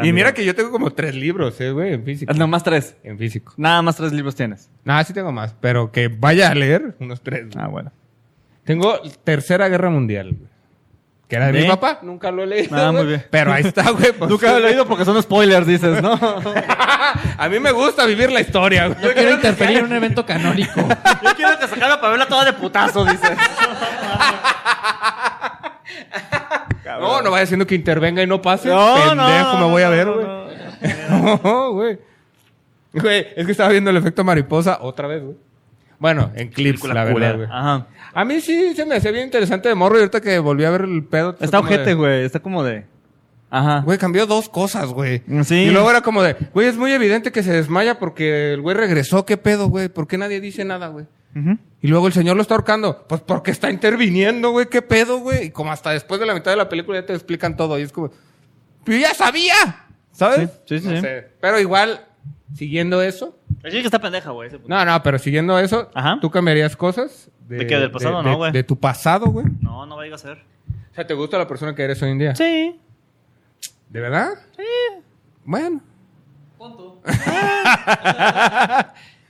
Y mira que yo tengo como tres libros, eh, güey, en físico. No, más tres. En físico. Nada más tres libros tienes. Nada, sí tengo más, pero que vaya a leer unos tres. güey. Ah, bueno. Tengo Tercera Guerra Mundial, güey. Que era de mi ¿Ve? papá. Nunca lo he leído. Ah, muy güey, bien. Pero ahí está, güey. pues, Nunca lo he leído porque son spoilers, dices, ¿no? a mí me gusta vivir la historia, güey. Yo quiero interferir en un evento canónico. Yo quiero que sacara para verla toda de putazo, dices. No, no vaya diciendo que intervenga y no pase. No, Pendejo, no, no, me voy a no, ver, no, güey. no. No, güey. Güey, es que estaba viendo el efecto mariposa otra vez, güey. Bueno, en clips, la verdad, güey. Ajá. A mí sí se me hacía bien interesante de morro y ahorita que volví a ver el pedo. fue Está como de, ojete, güey. Está como de. Ajá. Güey, cambió dos cosas, güey. Sí. Y luego era como de, güey, es muy evidente que se desmaya porque el güey regresó. ¿Qué pedo, güey? ¿Por qué nadie dice nada, güey? Ujú. Y luego el señor lo está ahorcando. Pues porque está interviniendo, güey. ¿Qué pedo, güey? Y como hasta después de la mitad de la película ya te explican todo. Y es como, yo ya sabía, ¿sabes? Sí, sí, sí, No sí. sé. Pero igual, siguiendo eso. El chile que está pendeja, güey. ese puto. No, no, pero siguiendo eso, Ajá. ¿tú cambiarías cosas? ¿De qué? ¿Del pasado, no, de- güey? De tu pasado, güey. No, no vaya a ser. O sea, ¿te gusta la persona que eres hoy en día? Sí. ¿De verdad? Sí. Bueno. Punto.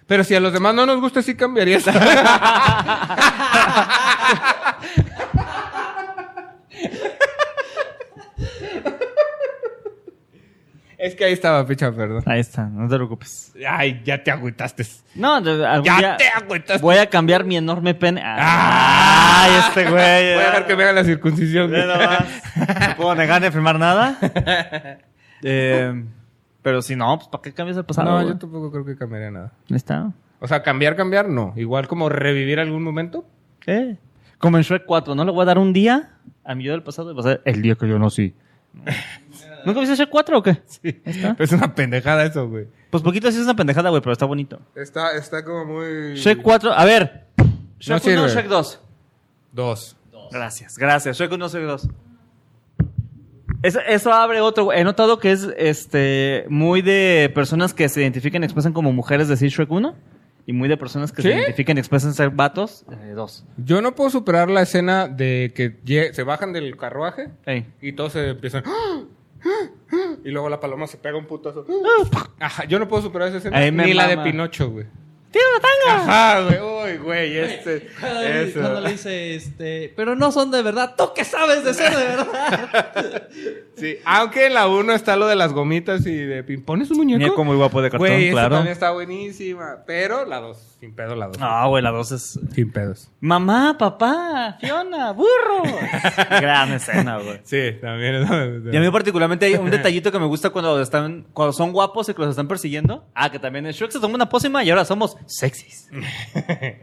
Pero si a los demás no nos gusta, sí cambiarías. es que ahí estaba, picha, perdón. Ahí está, no te preocupes. Ay, ya te agüitaste. No, de- algún Ya día te agüitaste. Voy a cambiar mi enorme pene. Ah. Ay, este güey. Voy a dejar que me hagan la circuncisión. Ve nomás. No puedo negar ni firmar nada. Eh, pero si no, pues ¿para qué cambias el pasado? No, güey? yo tampoco creo que cambiaría nada. Ahí está. O sea, cambiar, cambiar, no. Igual como revivir algún momento. ¿Qué? Como en Shrek 4, ¿no? Le voy a dar un día a mi yo del pasado. y Va a ser el día que yo nací. ¿Nunca viste Shrek 4 o qué? Sí. Ahí está. Es una pendejada eso, güey. Pues poquito así es una pendejada, güey, pero está bonito. Está, está como muy... Shrek 4, a ver. Shrek 1 sirve. Shrek 2. Dos. Gracias, gracias. Shrek 1, Shrek 2. Eso, eso abre otro. güey. He notado que es este muy de personas que se identifican y expresan como mujeres decir Shrek 1 y muy de personas que ¿Sí? se identifican y expresan ser vatos eh, dos. Yo no puedo superar la escena de que lle- se bajan del carruaje Ey. y todos se empiezan... ¡Ah! Y luego la paloma se pega un putazo. Ajá, yo no puedo superar esa escena. Ahí me Ni la de mama. Pinocho, güey. ¡Tiene una tanga! Ajá, güey. Uy, güey, este. Cuando le- eso. cuando le dice, este, pero no son de verdad. ¿Tú qué sabes de ser de verdad? Sí, aunque en la 1 está lo de las gomitas y de ping ¿Pones un muñeco? Muñeco muy guapo de cartón, Güey, esa claro. también está buenísima. Pero la 2, sin pedo la 2. Ah, güey, la dos es. Sin pedos. Mamá, papá, Fiona, burro. Gran escena, güey. Sí, también es. Y a mí particularmente hay un detallito que me gusta cuando están cuando son guapos y que los están persiguiendo. Ah, que también es Shrek se tomó una pócima y ahora somos sexys.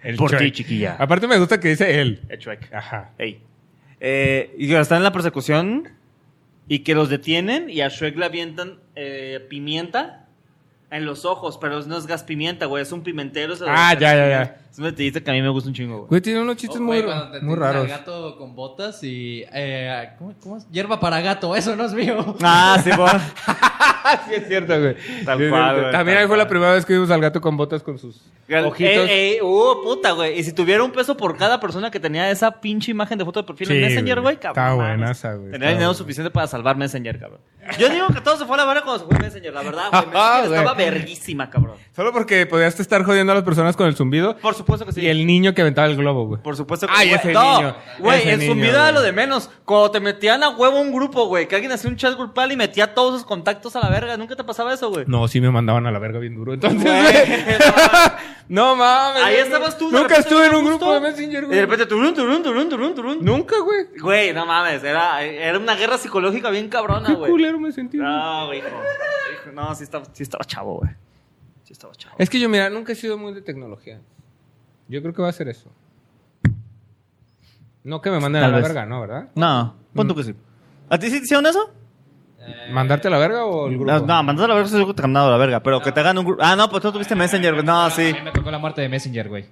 El Por ti, Shrek. Ah. chiquilla. Aparte me gusta que dice él. El Shrek. Ajá. Ey. Eh, y que están en la persecución y que los detienen y a Shrek le avientan eh, pimienta en los ojos, pero no es gas pimienta, güey, es un pimentero. se lo Ah, avientan ya, en ya, la- Es un detallito que a mí me gusta un chingo, güey. Güey, tiene unos chistes Oh, muy, güey, cuando te muy tiran al raros. gato con botas y. eh, ¿cómo, cómo es? Hierba para gato, eso no es mío. Ah, sí, güey. sí, es cierto, güey. Tal Sí, es cual, cierto. güey, También tal ahí fue la cual. primera vez que vimos al gato con botas con sus ojitos. Ojitos. uh, puta, güey. Y si tuviera un peso por cada persona que tenía esa pinche imagen de foto de perfil Sí, en Messenger, güey. güey, cabrón. Está mames. buenaza, güey. Tenía Está dinero buena. suficiente para salvar Messenger, cabrón. Yo digo que todo se fue a la verga cuando se fue Messenger, la verdad, güey. Ah, Messenger güey. estaba verguísima, cabrón. Solo porque podías estar jodiendo a las personas con el zumbido Por supuesto que sí. y el niño que aventaba el globo, güey. Por supuesto que Ay, güey, ese no, niño, Güey, ese en su niño, vida güey. lo de menos. Cuando te metían a huevo un grupo, güey, que alguien hacía un chat grupal y metía todos sus contactos a la verga. Nunca te pasaba eso, güey. No, sí me mandaban a la verga bien duro. Entonces, Güey, güey. no mames. Ahí güey, estabas no- tú. de Nunca repente estuve en un justo, grupo de Messenger, Y güey. de repente, turun, turun, turun, turun, turun. Nunca, güey. Güey, no mames, era, era una guerra psicológica bien cabrona, Qué Ah, güey. culero me sentí. güey. No, güey, hijo. Hijo, No, sí estaba, sí estaba chavo, güey. Sí estaba chavo. Es que yo, mira, nunca he sido muy de tecnología. Yo creo que va a ser eso. No que me manden Tal a la vez. verga, ¿no? ¿Verdad? No, Mm. pon tú que sí. ¿A ti sí te hicieron eso? ¿Mandarte a la verga o el grupo? No, no, mandando a la verga, eso es algo terminado a la verga. Pero que te hagan un grupo. Ah, no, pues tú tuviste Messenger, güey. No, sí. Ah, A mí me tocó la muerte de Messenger, güey.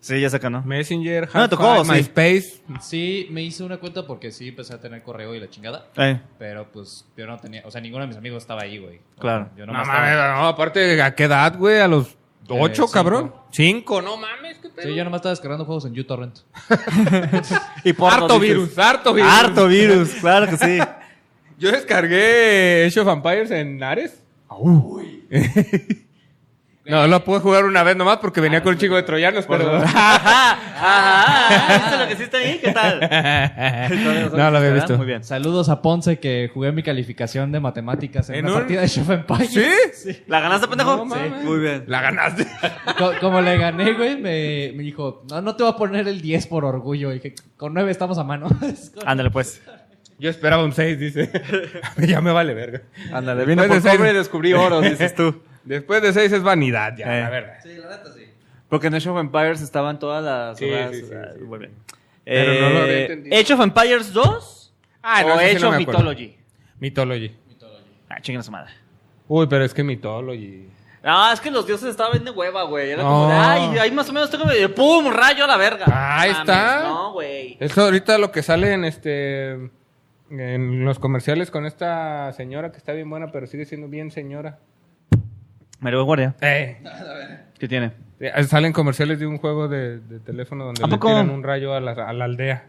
Sí, ya sé que no. Messenger, No, me tocó, Hotmail, sí. MySpace. Sí, me hice una cuenta porque sí empecé a tener correo y la chingada. Eh, Pero pues yo no tenía, o sea, ninguno de mis amigos estaba ahí, güey. O Claro. sea, Yo No, no, más mames, estaba, no, aparte, ¿a qué edad, güey? ¿A los ocho, cinco. cabrón? Cinco, no mames, qué pedo. sí, yo nomás estaba descargando juegos en uTorrent. y por harto virus, harto virus. Harto virus, claro que sí. Yo descargué Age of Empires en Ares. no, lo pude jugar una vez nomás porque Ah, venía con un chico de troyanos, pero... Ajá, ajá. ¿Viste lo que hiciste ahí? ¿Qué tal? no, lo había visto. Muy bien. Saludos a Ponce que jugué mi calificación de matemáticas en, ¿En una un- partida de Chef Empire. ¿Ah, ¿Sí? ¿La ganaste, pendejo? No mames. Muy bien. La ganaste. Co- como le gané, güey, me, me dijo, no, no te voy a poner el 10 por orgullo. Y dije, con 9 estamos a mano. Es como- Ándale, pues. Yo esperaba un 6, dice. ya me vale verga. Ándale, vine vine por por cobre cobre y y descubrí oro, dices tú. Después de 6 es vanidad, ya, Eh. la verdad. Porque en Age of Empires estaban todas las. Sí, horas, sí, sí, ah, sí. muy bien. Pero Eh, no lo había entendido. ¿Age of Empires 2? Ah, no, ¿O ese sí Age no of me acuerdo. Mythology? Mythology. Ah, chinguen a su madre. Uy, pero es que Mythology... No, es que los dioses estaban bien de hueva, güey. Era No. como de, ay, ahí más o menos tengo. medio- ¡Pum! Rayo a la verga. Ahí Mames, está. No, güey. Eso ahorita lo que sale en este... En los comerciales con esta señora que está bien buena, pero sigue siendo bien señora. Maribel Guardia. Eh, ¿Qué tiene? Eh, Salen comerciales de un juego de, de teléfono donde ¿A le poco? tiran un rayo a la, a la aldea.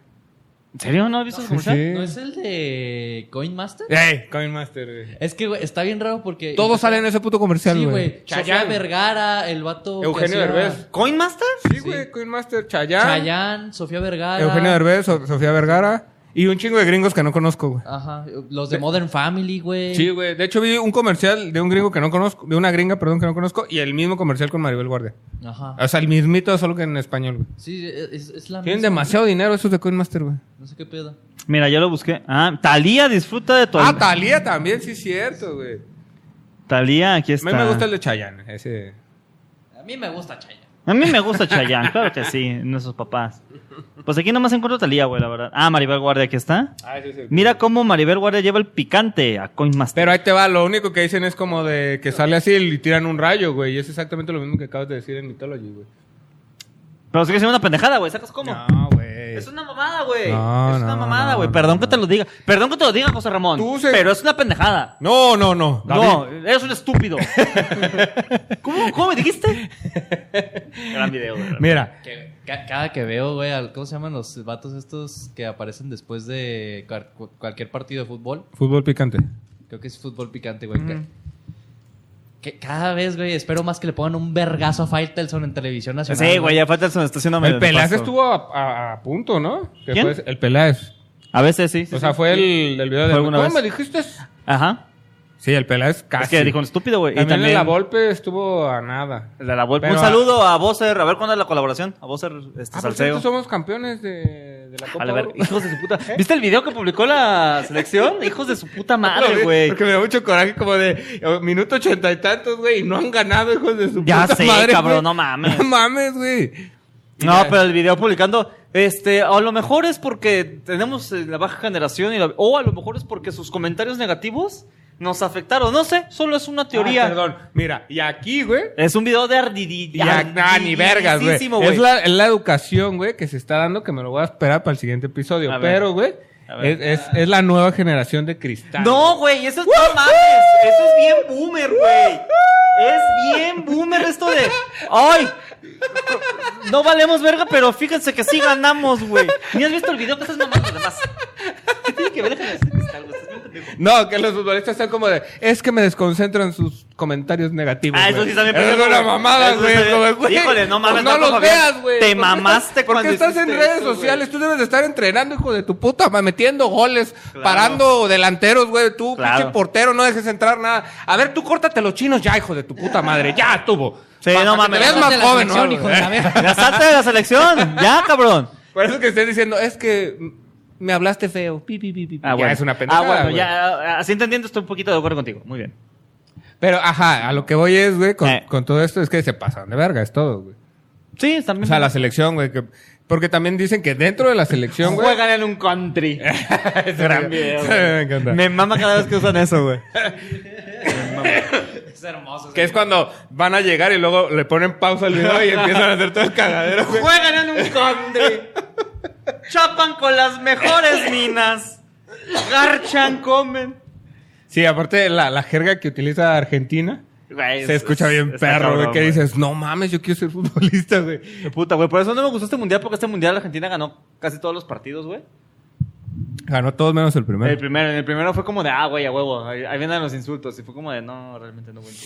¿En serio? ¿No has visto el comercial? ¿No es el de Coin Master? ¡Ey! Coin Master, Eh, güey. Es que, güey, está bien raro porque... Todos salen en ese puto comercial, Sí, güey. güey. Sofía Vergara, el vato... que Eugenio hacía- Derbez. ¿Coinmaster? Sí, güey. Coin Master, Chayán. Chayanne, Sofía Vergara. Eugenio Derbez, So- Sofía Vergara. Y un chingo de gringos que no conozco, güey. Ajá. Los de Modern Family, güey. Sí, güey. De hecho, vi un comercial de un gringo que no conozco, de una gringa, perdón, que no conozco, y el mismo comercial con Maribel Guardia. Ajá. O sea, el mismito, solo que en español, güey. Sí, es, es la Ah. Tienen misma. demasiado dinero esos de Coin Master, güey. No sé qué pedo. Mira, ya lo busqué. Ah, Talía disfruta de tu Ah, Talía también, sí, es cierto, güey. Talía, aquí A está. mí me gusta el de Chayanne, ese. A mí me gusta Chayanne. A mí me gusta Chayanne, claro que sí, nuestros papás. Pues aquí nomás encuentro Talía, güey, la verdad. Ah, Maribel Guardia, aquí está. Ah, ese es el Mira cómo Maribel Guardia lleva el picante a Coinmaster. Pero ahí te va, lo único que dicen es como de que sale así y tiran un rayo, güey. Y es exactamente lo mismo que acabas de decir en Mythology, güey. Pero sigue siendo una pendejada, güey, ¿sacas cómo? No, güey. Es una mamada, güey. No, es una no, mamada, no, güey. no, Perdón no. que te lo diga. Perdón que te lo diga, José Ramón. Tú se- Pero es una pendejada. No, no, no. No, eres un estúpido. ¿Cómo, ¿Cómo me dijiste? Gran video, güey. Mira. Que, ca- cada que veo, güey, al- ¿cómo se llaman los vatos estos que aparecen después de cuar- cu- cualquier partido de fútbol? Fútbol picante. Creo que es fútbol picante, güey. que- Que, que cada vez, güey, espero más que le pongan un vergazo a Faitelson en televisión nacional. Sí, güey, ya falta el estacionamiento. El Peláez estuvo a, a- a punto, ¿no? Que ¿Quién? fue- el Peláez. A veces sí. sí, O sea, sí. fue el, el video de... ¿Fue alguna ¿Cómo vez? me dijiste? Ajá. Sí, el Peláez casi. Es que dijo un estúpido, güey. También, Y también Este la Volpe estuvo a nada. el de la Volpe. Pero- un saludo a Bowser. A ver cuándo es la colaboración. A Bowser, este, Ah, por Salseo. cierto, somos campeones de, de la Copa A la ver, Oro. hijos de su puta. ¿eh? ¿Viste el video que publicó la selección? Hijos de su puta Lo madre, vi, güey. Porque me da mucho coraje como de eh, minuto ochenta y tantos, güey, y no han ganado, hijos de su Ya puta sé, madre. cabrón, güey. no mames. No mames, güey. Y No, ya- pero el video publicando, este, a lo mejor es porque tenemos eh, la baja generación y la- o a lo mejor es porque sus comentarios negativos nos afectaron. No sé, solo es una teoría. Ay, Ah, perdón, mira, y aquí, güey. Es un video de ardidí. Y ac- ah, ni vergas, güey. Es la, es la educación, güey, que se está dando, que me lo voy a esperar para el siguiente episodio. A ver. pero, güey, A ver. es, es- es la nueva generación de cristal. No, güey, eso es no mames. Eso es bien boomer, güey. Es bien boomer esto de. ¡Ay! No valemos verga, pero fíjense que sí ganamos, güey. Ni has visto el video que estás mamando además. ¿Qué tiene que ver la generación de cristal, güey? Estás bien pendejo. No, que los futbolistas están como de. Es que me desconcentran sus comentarios negativos. Ah, güey". eso sí también Es pendejo, una güey. mamada, Eso güey. sí. Es como, güey, Híjole, no mames, No Marco los Fabián. veas, güey. ¿Por Te qué estás- mamaste ¿Por qué cuando estás en hiciste redes eso, güey? sociales? Tú debes de estar entrenando, hijo de tu puta, ma, metiendo goles, Claro. parando delanteros, güey. Tú, Claro. pinche portero, no dejes entrar nada. A ver, tú córtate los chinos ya, hijo de tu puta madre. Ya estuvo. Sí, Pa- no pa' que Te mames. veas Sal más de la joven, selección, ¿no? Eh, hijo de la verga. Ya salte de la selección. Ya, cabrón. Por eso que estoy diciendo, es que me hablaste feo. Pi, pi, pi, pi, pi. ya es una pendejada. Ah, bueno, güey. ya. Así entendiendo, estoy un poquito de acuerdo contigo. Muy bien. Pero, ajá, a lo que voy es, güey, con, Eh. con todo esto es que se pasan de verga, es todo, güey. Sí, también. O sea, la selección, güey, que... Porque también dicen que dentro de la selección, güey... en un country. Ese gran video, güey. Me encanta. Me mama cada vez que usan eso, güey. Es hermoso. Que es cuando van a llegar y luego le ponen pausa al video y empiezan a hacer todo el cagadero, güey. Juegan en un country. Chapan con las mejores minas. Garchan, comen. Sí, aparte la, la jerga que utiliza Argentina Güey, es- se escucha es- bien está perro, güey, cabrón, que dices, no mames, yo quiero ser futbolista, güey. Qué Puta, güey. Por eso no me gustó este mundial, porque este mundial Argentina ganó casi todos los partidos, güey. Ganó todos menos el primero. El primero, en el primero fue como de, ah, güey, a huevo. Ahí, ahí vienen los insultos. Y fue como de, no, realmente no, güey.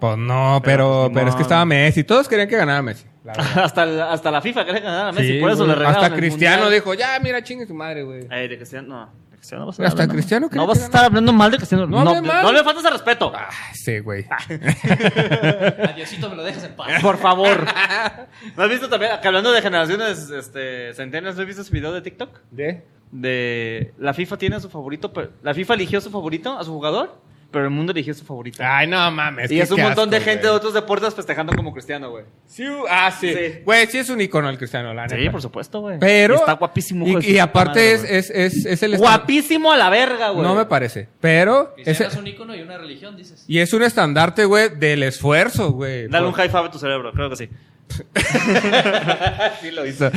Pues no, Pero, pero, pues, pero, es no. que estaba Messi. Todos querían que ganara Messi. la verdad. hasta, la- hasta la FIFA quería ganar a Messi. Sí, por eso güey. le regalaron Hasta el Cristiano mundial. dijo, ya, mira, chingue su madre, güey. Eh, de Cristiano, no. De Cristiano vas a Hasta hablar, Cristiano No creo vas que a estar hablando mal de Cristiano. No No, hable mal. no le faltas al respeto. Ah, sí, güey. Adiosito, me lo dejas en paz. Por favor. ¿No has visto también, que hablando de generaciones este, centenarias, ¿no has visto ese video de TikTok? ¿De? De la FIFA tiene a su favorito, pero- la FIFA eligió a su favorito, a su jugador, pero el mundo eligió a su favorito. Ay, no mames. y Ah, qué- es un qué montón de asco, gente de güey. otros deportes festejando como Cristiano, güey. Sí, ah, sí. Sí. Güey, sí es un icono el Cristiano, la neta. Sí, por supuesto, güey. Pero. Está guapísimo. hijo de su Y, y puta madre, aparte es, güey. es, es, es el. Guapísimo a la verga, güey. No me parece. Pero. Cristiano es- es un ícono y una religión, dices. Y es un estandarte, güey, del esfuerzo, güey. Dale un Por- high five a tu cerebro, creo que sí. Ah, sí lo hizo. no,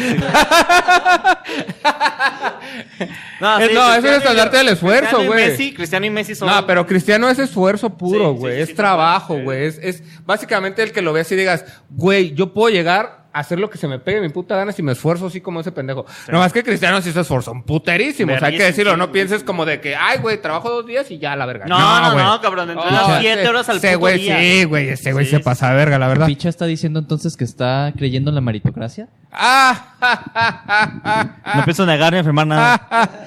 Eh, no, es un estandarte del esfuerzo, Cristiano y güey. Messi, Cristiano y Messi son. No, pero Cristiano es esfuerzo puro, Sí, güey. sí, sí, es sí, trabajo, sí. güey. Es, es básicamente el que lo veas y digas, güey, yo puedo llegar a hacer lo que se me pegue mi puta gana si me esfuerzo así como ese pendejo. No más que Cristiano sí se esforzó un puterísimo. O sea, hay que Verguísimo, decirlo, no verguísimo. pienses como de que, ay, güey, trabajo dos días y ya, la verga. No, no, güey. no, cabrón, entrenas No, siete ese- horas al ese puto güey, día. Sí, güey, ese güey Sí, se sí, pasa de verga, la verdad. Picha está diciendo entonces que está creyendo en la meritocracia. Ah, ja, ja, ja, ja, No pienso negar ni afirmar nada. ja. Ah,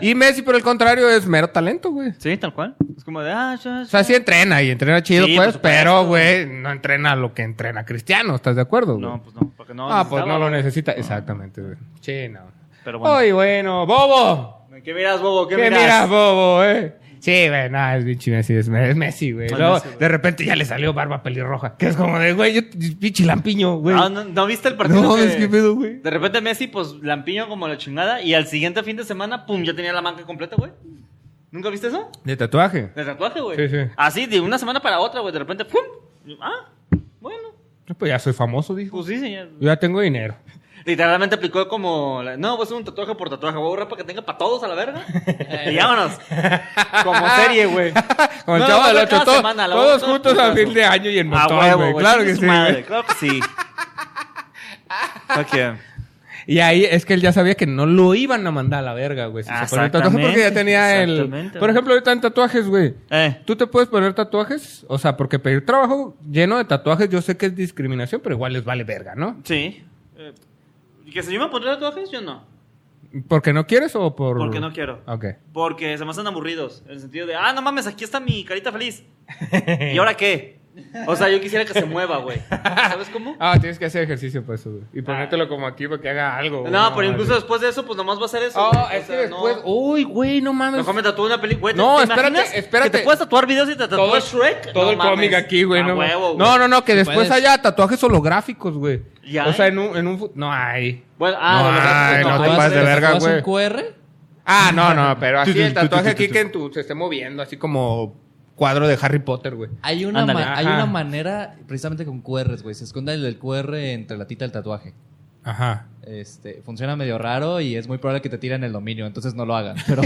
Y Messi, por el contrario, es mero talento, güey. Sí, tal cual. Es como de. Ah, ya, ya. O sea, sí entrena y entrena chido, Sí, por pues, supuesto. pero, güey, no entrena lo que entrena Cristiano, ¿estás de acuerdo? güey? No, pues no. Porque no ah, pues necesitaba, no lo güey. necesita. Exactamente, güey. Sí, no. Pero bueno. Ay, bueno, Bobo. ¿Qué miras, bobo? ¿Qué, ¿Qué, miras? miras? Bobo, eh? Sí, güey, no, es pinche Messi, es, es Messi, güey. Es Luego, Ah, Messi, güey. de repente ya le salió barba pelirroja, que es como de, güey, yo pinche lampiño, güey. Ah, no, ¿no viste el partido? no, que- es que pedo, güey. De repente Messi, pues lampiño como la chingada. Y al siguiente fin de semana, pum, ya tenía la manga completa, güey. ¿Nunca viste eso? De tatuaje. De tatuaje, güey. Sí, sí. Así, de una semana para otra, güey. De repente, ¡pum! Y, Ah, bueno. Pues ya soy famoso, dijo. Pues sí, señor. Yo ya tengo dinero. Literalmente aplicó como... la- No, voy a hacer un tatuaje por tatuaje. Voy a borrar para que tenga para todos a la verga. y vámonos. Como serie, güey. Como el No, chavo la del voy a 8, cada semana, la voy a todos cada juntos a putazo. fin de año y en A montón, huevo, güey. güey. Claro Chingue que su sí. madre, güey. Claro que sí. Fuck yeah. Y ahí es que él ya sabía que no lo iban a mandar a la verga, güey. Si se ponía el tatuaje Exactamente, porque ya tenía el... exactamente. Por ejemplo, ahorita en tatuajes, güey. Eh, ¿Tú te puedes poner tatuajes? O sea, porque pedir trabajo lleno de tatuajes yo sé que es discriminación, pero igual les vale verga, ¿no? sí. Eh, ¿Que se yo me pondría tatuajes? Yo no. ¿Porque no quieres o por...? Porque no quiero. Ok. Porque se me hacen aburridos. En el sentido de, ah, no mames, aquí está mi carita feliz. ¿Y ahora qué? O sea, yo quisiera que se mueva, güey. ¿Sabes cómo? Ah, tienes que hacer ejercicio para eso, güey. Y ponértelo como aquí para que haga algo. güey. Ah. No, pero mames. incluso después de eso, pues nomás va a ser eso. Oh, güey. O es que sea, después... no. Uy, güey, no mames. Mejor me tatúo una película. No, ¿te espérate, imaginas espérate. Que te puedas tatuar videos y te todo, tatúas Shrek. todo No el mames. cómic aquí, güey. A No, mames. huevo, güey. no, no, no, que después puedes. haya tatuajes holográficos, güey. ¿Ya O sea, hay? en un, en un fu- no hay. Bueno, ah, No, de los ay, otros, no, ahí te pases sí. de verga, ¿Tatuas güey. un QR? Ah, no, no, pero así el tatuaje aquí tu, tu, tu, tu. que en tu, se esté moviendo, así como cuadro de Harry Potter, güey. Hay una, Ándale, ma- hay ajá. una manera, precisamente con QRs, güey. Se esconde el, el QR entre la tita del tatuaje. Ajá. Este, funciona medio raro y es muy probable que te tiren el dominio, entonces no lo hagan. Pero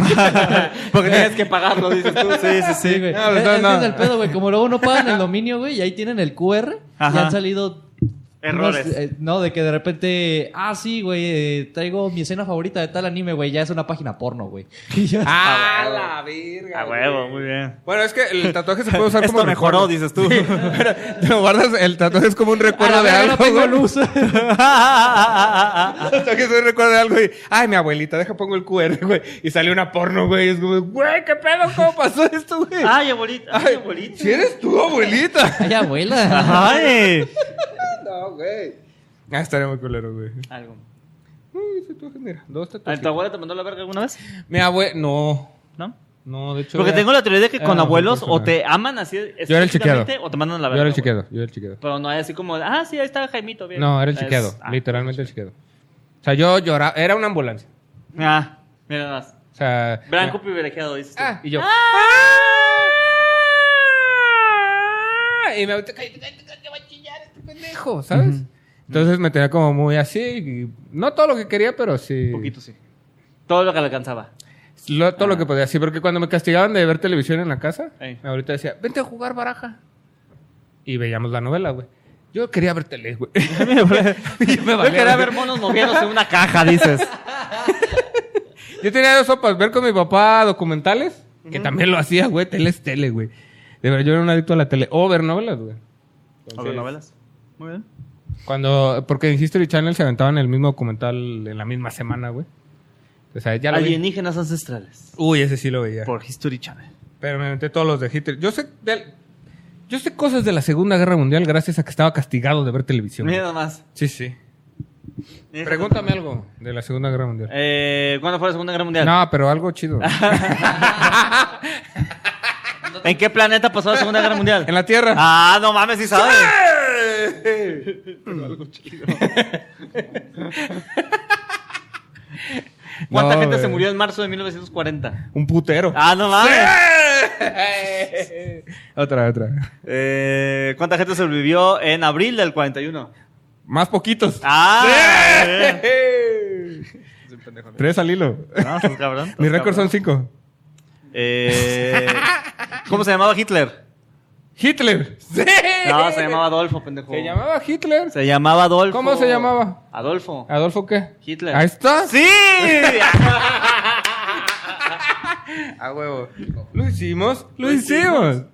Porque tienes que pagarlo, dices tú. Sí, sí, sí, güey. No, pues Es- no, es que no. es el pedo, güey. Como luego no pagan el dominio, güey, y ahí tienen el QR y Ajá. han salido Errores. unos, eh, no, de que de repente, ah, sí, güey, eh, traigo mi escena favorita de tal anime, güey, ya es una página porno, güey. Y ya- Ah, A huevo. la virga. A huevo, güey. muy bien. Bueno, es que el tatuaje se puede usar Esto como mejoró, recuerdo. dices tú. Te lo guardas, el tatuaje es como un A la recuerdo de verga, no algo. tengo güey. luz. El tatuaje es un recuerdo de algo y, ay, mi abuelita, deja pongo el QR, güey. Y sale una porno, güey. Y es como, güey, qué pedo, ¿cómo pasó esto, güey? Ay, abuelita. Ay, Ah, abuelita. Si eres tú, abuelita. Ay, abuela. Ay. No, güey. Ah, estaría muy culero, güey. Algo. Uy, tatuajes, mira, dos ¿A tatuajes. ¿Tu abuela te mandó la verga alguna vez? Mi abue... No, ¿No? no, de hecho... Porque ya- tengo la teoría de que con Ah, abuelos o persona. te aman así Yo era el chiqueado. estrictamente o te mandan a la Yo verga. era el güey. chiqueado, yo era el chiqueado. Pero no hay así como, ah, sí, ahí está Jaimito. Bien. No, era el Es- chiqueado, ah. pues. literalmente el chiqueado. O sea, yo lloraba... Era una ambulancia. Ah, mira nada más. O sea... Blanco privilegiado, dices tú. Ah, y yo... Y me ahorita, cállate, cállate, cállate, va a chillar este pendejo, ¿sabes? Entonces me tenía como muy así, y no todo lo que quería, pero sí. Un poquito, sí. Todo lo que le alcanzaba. Lo- todo lo que podía. Sí, porque cuando me castigaban de ver televisión en la casa, Ah. Ey. mi abuelita decía, vente a jugar baraja. Y veíamos la novela, güey. Yo quería ver tele, güey. Yo quería ver monos moviéndose en una caja, dices. Yo tenía dos sopas, ver con mi papá documentales, que también lo hacía, güey. Tele es tele, güey. De verdad, yo era un adicto a la tele. O ver novelas, güey. O de novelas. Muy bien. Cuando, porque en History Channel se aventaban el mismo documental en la misma semana, güey. O sea, ya lo vi. Alienígenas ancestrales. Uy, ese sí lo veía. Por History Channel. Pero me aventé todos los de Hitler. Yo sé, de- yo sé cosas de la Segunda Guerra Mundial gracias a que estaba castigado de ver televisión. Mira nada más. Sí, sí. Mira. Pregúntame algo de la Segunda Guerra Mundial. Eh, ¿Cuándo fue la Segunda Guerra Mundial? No, pero algo chido. Ah. ¿En qué planeta pasó la Segunda Guerra Mundial? en la Tierra. Ah, no mames, sí sabes. ¿Cuánta No, gente se güey. murió en marzo de 1940? Un putero. Ah, no mames. otra, otra. Eh, ¿Cuánta gente sobrevivió en abril del 41? Más poquitos. Ah, bien. Tres al hilo. no, estás cabrón. estás Mi récord cabrón. son cinco. Eh, ¿Cómo se llamaba Hitler? Hitler. Sí. No, se llamaba Adolfo, pendejo. ¿Se llamaba Hitler? Se llamaba Adolfo. ¿Cómo se llamaba? Adolfo. ¿Adolfo qué? Hitler. Ahí está. ¡Sí! A huevo. Lo hicimos. Lo hicimos.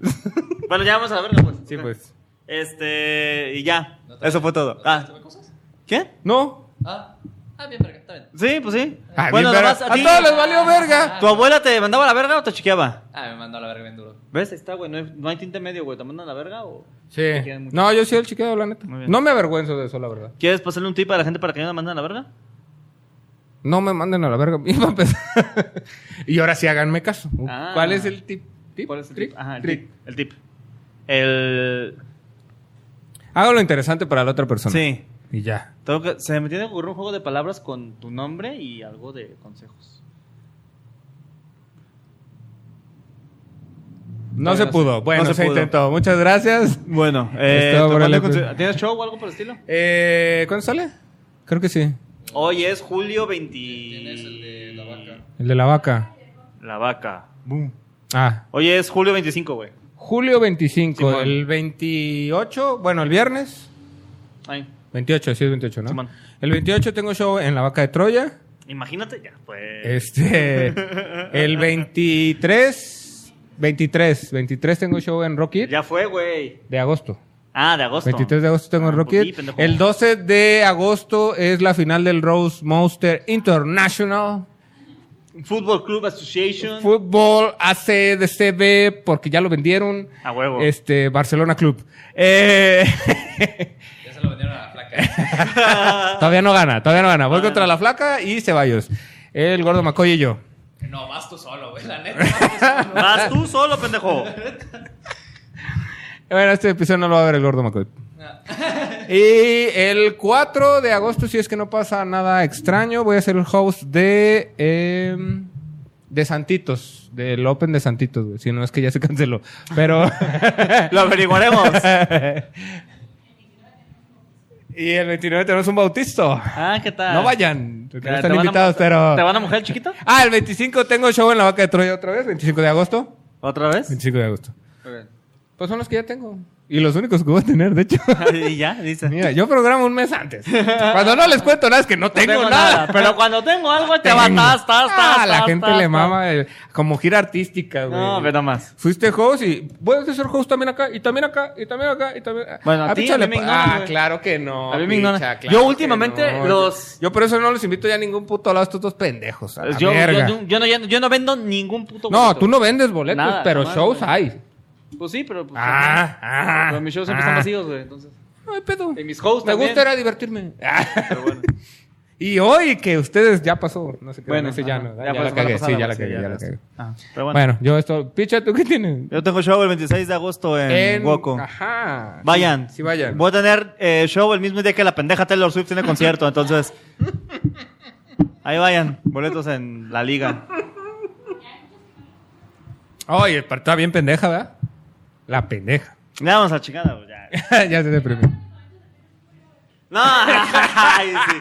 bueno, ya vamos a la verga, pues. Sí, pues. Este, y ya. Eso fue todo. Ah, ¿Cosas? ¿Qué? No. Ah, ah, bien, verga, está bien. Sí, pues sí. Ah, bueno, bien, nomás verga. a ti. Ah, a todos les valió verga. ¿Tu abuela te mandaba la verga o te chiqueaba? Ah, me mandó a la verga bien duro. ¿Ves? Ahí está, güey. No hay, no hay tinte medio, güey. ¿Te mandan la verga o...? Sí. quieren mucho. No, yo soy el chiqueado, la neta. Muy bien. No me avergüenzo de eso, la verdad. ¿Quieres pasarle un tip a la gente para que no la manden a la verga? No me manden a la verga. Y, para empezar. y ahora sí háganme caso. Ah. ¿Cuál es el tip? ¿Tip? ¿Cuál es el ¿Trick? tip? Ajá, el ¿Trick? tip. El tip. El... Hágalo interesante para la otra persona. Sí. Y ya. Tengo que... Se me tiene que ocurrir un juego de palabras con tu nombre y algo de consejos. No se pudo. Bueno, No se se, pudo. intentó. Muchas gracias. Bueno, eh, Está ¿te por el mando epi- conse- ¿tienes show o algo por el estilo? Eh, ¿Cuándo sale? Creo que sí. Hoy es julio 20... El de la vaca. La vaca. Ah. Hoy es julio 25, güey. Julio 25. Simón. el 28. Bueno, el viernes. Ay, 28, sí es 28, ¿no? Simón. El 28 tengo show en La Vaca de Troya. Imagínate ya, pues. Este. El 23. 23. 23 tengo show en Rocket Ya fue, güey. de agosto. Ah, de agosto. 23 de agosto tengo Ah, en pues sí, Rocket. pendejo. El 12 de agosto es la final del Rose Monster International. Football Club Association. Fútbol ACDCB, porque ya lo vendieron. A huevo. Este, Barcelona Club. Eh, Ya se lo vendieron a la flaca. todavía no gana, todavía no gana. Voy contra la flaca y Ceballos. El gordo Macoy y yo. no, vas tú solo, güey. La neta, vas tú solo. Vas tú solo, pendejo. Bueno, este episodio no lo va a ver el gordo Macoy. Y el 4 de agosto, si es que no pasa nada extraño, voy a ser el host de. em, de Santitos, del Open de Santitos, güey. Si no es que ya se canceló. Pero. Lo averiguaremos. y el 29 tenemos un bautizo. Ah, ¿qué tal? No vayan, porque Te no están van a- invitados, pero. ¿Te van a mojar, chiquito? Ah, el 25 tengo show en la vaca de Troya otra vez, 25 de agosto. ¿Otra vez? 25 de agosto. Pues son los que ya tengo. Y los únicos que voy a tener, de hecho. y ya, dice. Mira, yo programo un mes antes. Cuando no les cuento nada es que no tengo, nada. Pero cuando tengo algo te va, Tengo. tas, tas, Ah, tas, la tas, gente tas, le tas. mama eh, como gira artística, güey. No, ve nomás. Fuiste host y puedes ser host también acá, y también acá, y también acá, y también acá. Bueno, a ti, picha, a mí le me pa- ignoran, Ah, güey. claro que no. A mí me picha, ignoran. claro Yo que últimamente no. los- Yo por eso no los invito ya a ningún puto lado a estos dos pendejos. a la Yo, verga. yo, yo no, yo no vendo ningún puto No, boleto. tú no vendes boletos, Nada, pero jamás, shows güey. hay. Pues sí, pero... pues, Ah, ah, Pero mis shows siempre están ah. vacíos, güey. Entonces... No hay pedo. Y mis hosts Me también. Ah, gusta era divertirme. Pero bueno. Y hoy que ustedes ya pasó. No sé qué. Bueno, ese ya ajá. no. Ya Ya, fue la la semana cagué. Sí, pasada, ya la sí, cagué. ya Ya la la- cagué. Ah, pero bueno. Bueno, yo esto. Picha, ¿tú qué tienes? Yo tengo show el 26 de agosto en, Woco. Ajá. Vayan. Ah, Sí, sí vayan. Voy a tener eh, show el mismo día que la pendeja Taylor Swift tiene concierto, entonces. Ahí vayan. Boletos en la liga. Oye, pero está bien pendeja, ¿verdad? La pendeja. Ya vamos a chingada, güey, ya. ya se deprimió. No, ay, sí.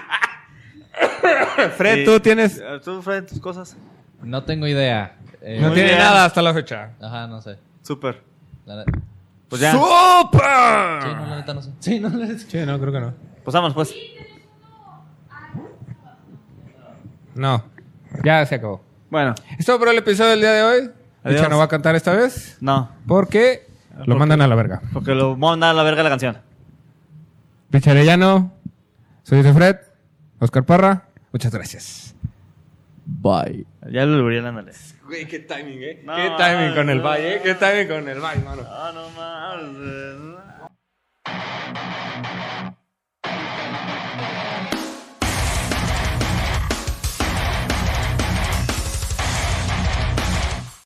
Fred, Sí. Eh, tú tienes. Tú, Fred, tus cosas. No tengo idea. Eh, No Muy tiene bien. nada hasta la fecha. Ajá, no sé. Súper. La neta. Pues ya. ¡Súper! Sí, no, la neta no sé. Sí, no, la neta. Sí, no, creo que no. Pues vamos, pues. No. Ya se acabó. Bueno, Esto por el episodio del día de hoy. Adiós. Picha no va a cantar esta vez. no. Porque lo mandan a la verga. Porque lo manda a la verga la canción. Picha Arellano. Soy de Fred. Oscar Parra. Muchas gracias. Bye. Ya lo volvería a ándale. Güey, qué timing, ¿eh? No, qué timing con el no. Valle, ¿eh? Qué timing con el Valle, mano. No, no mames.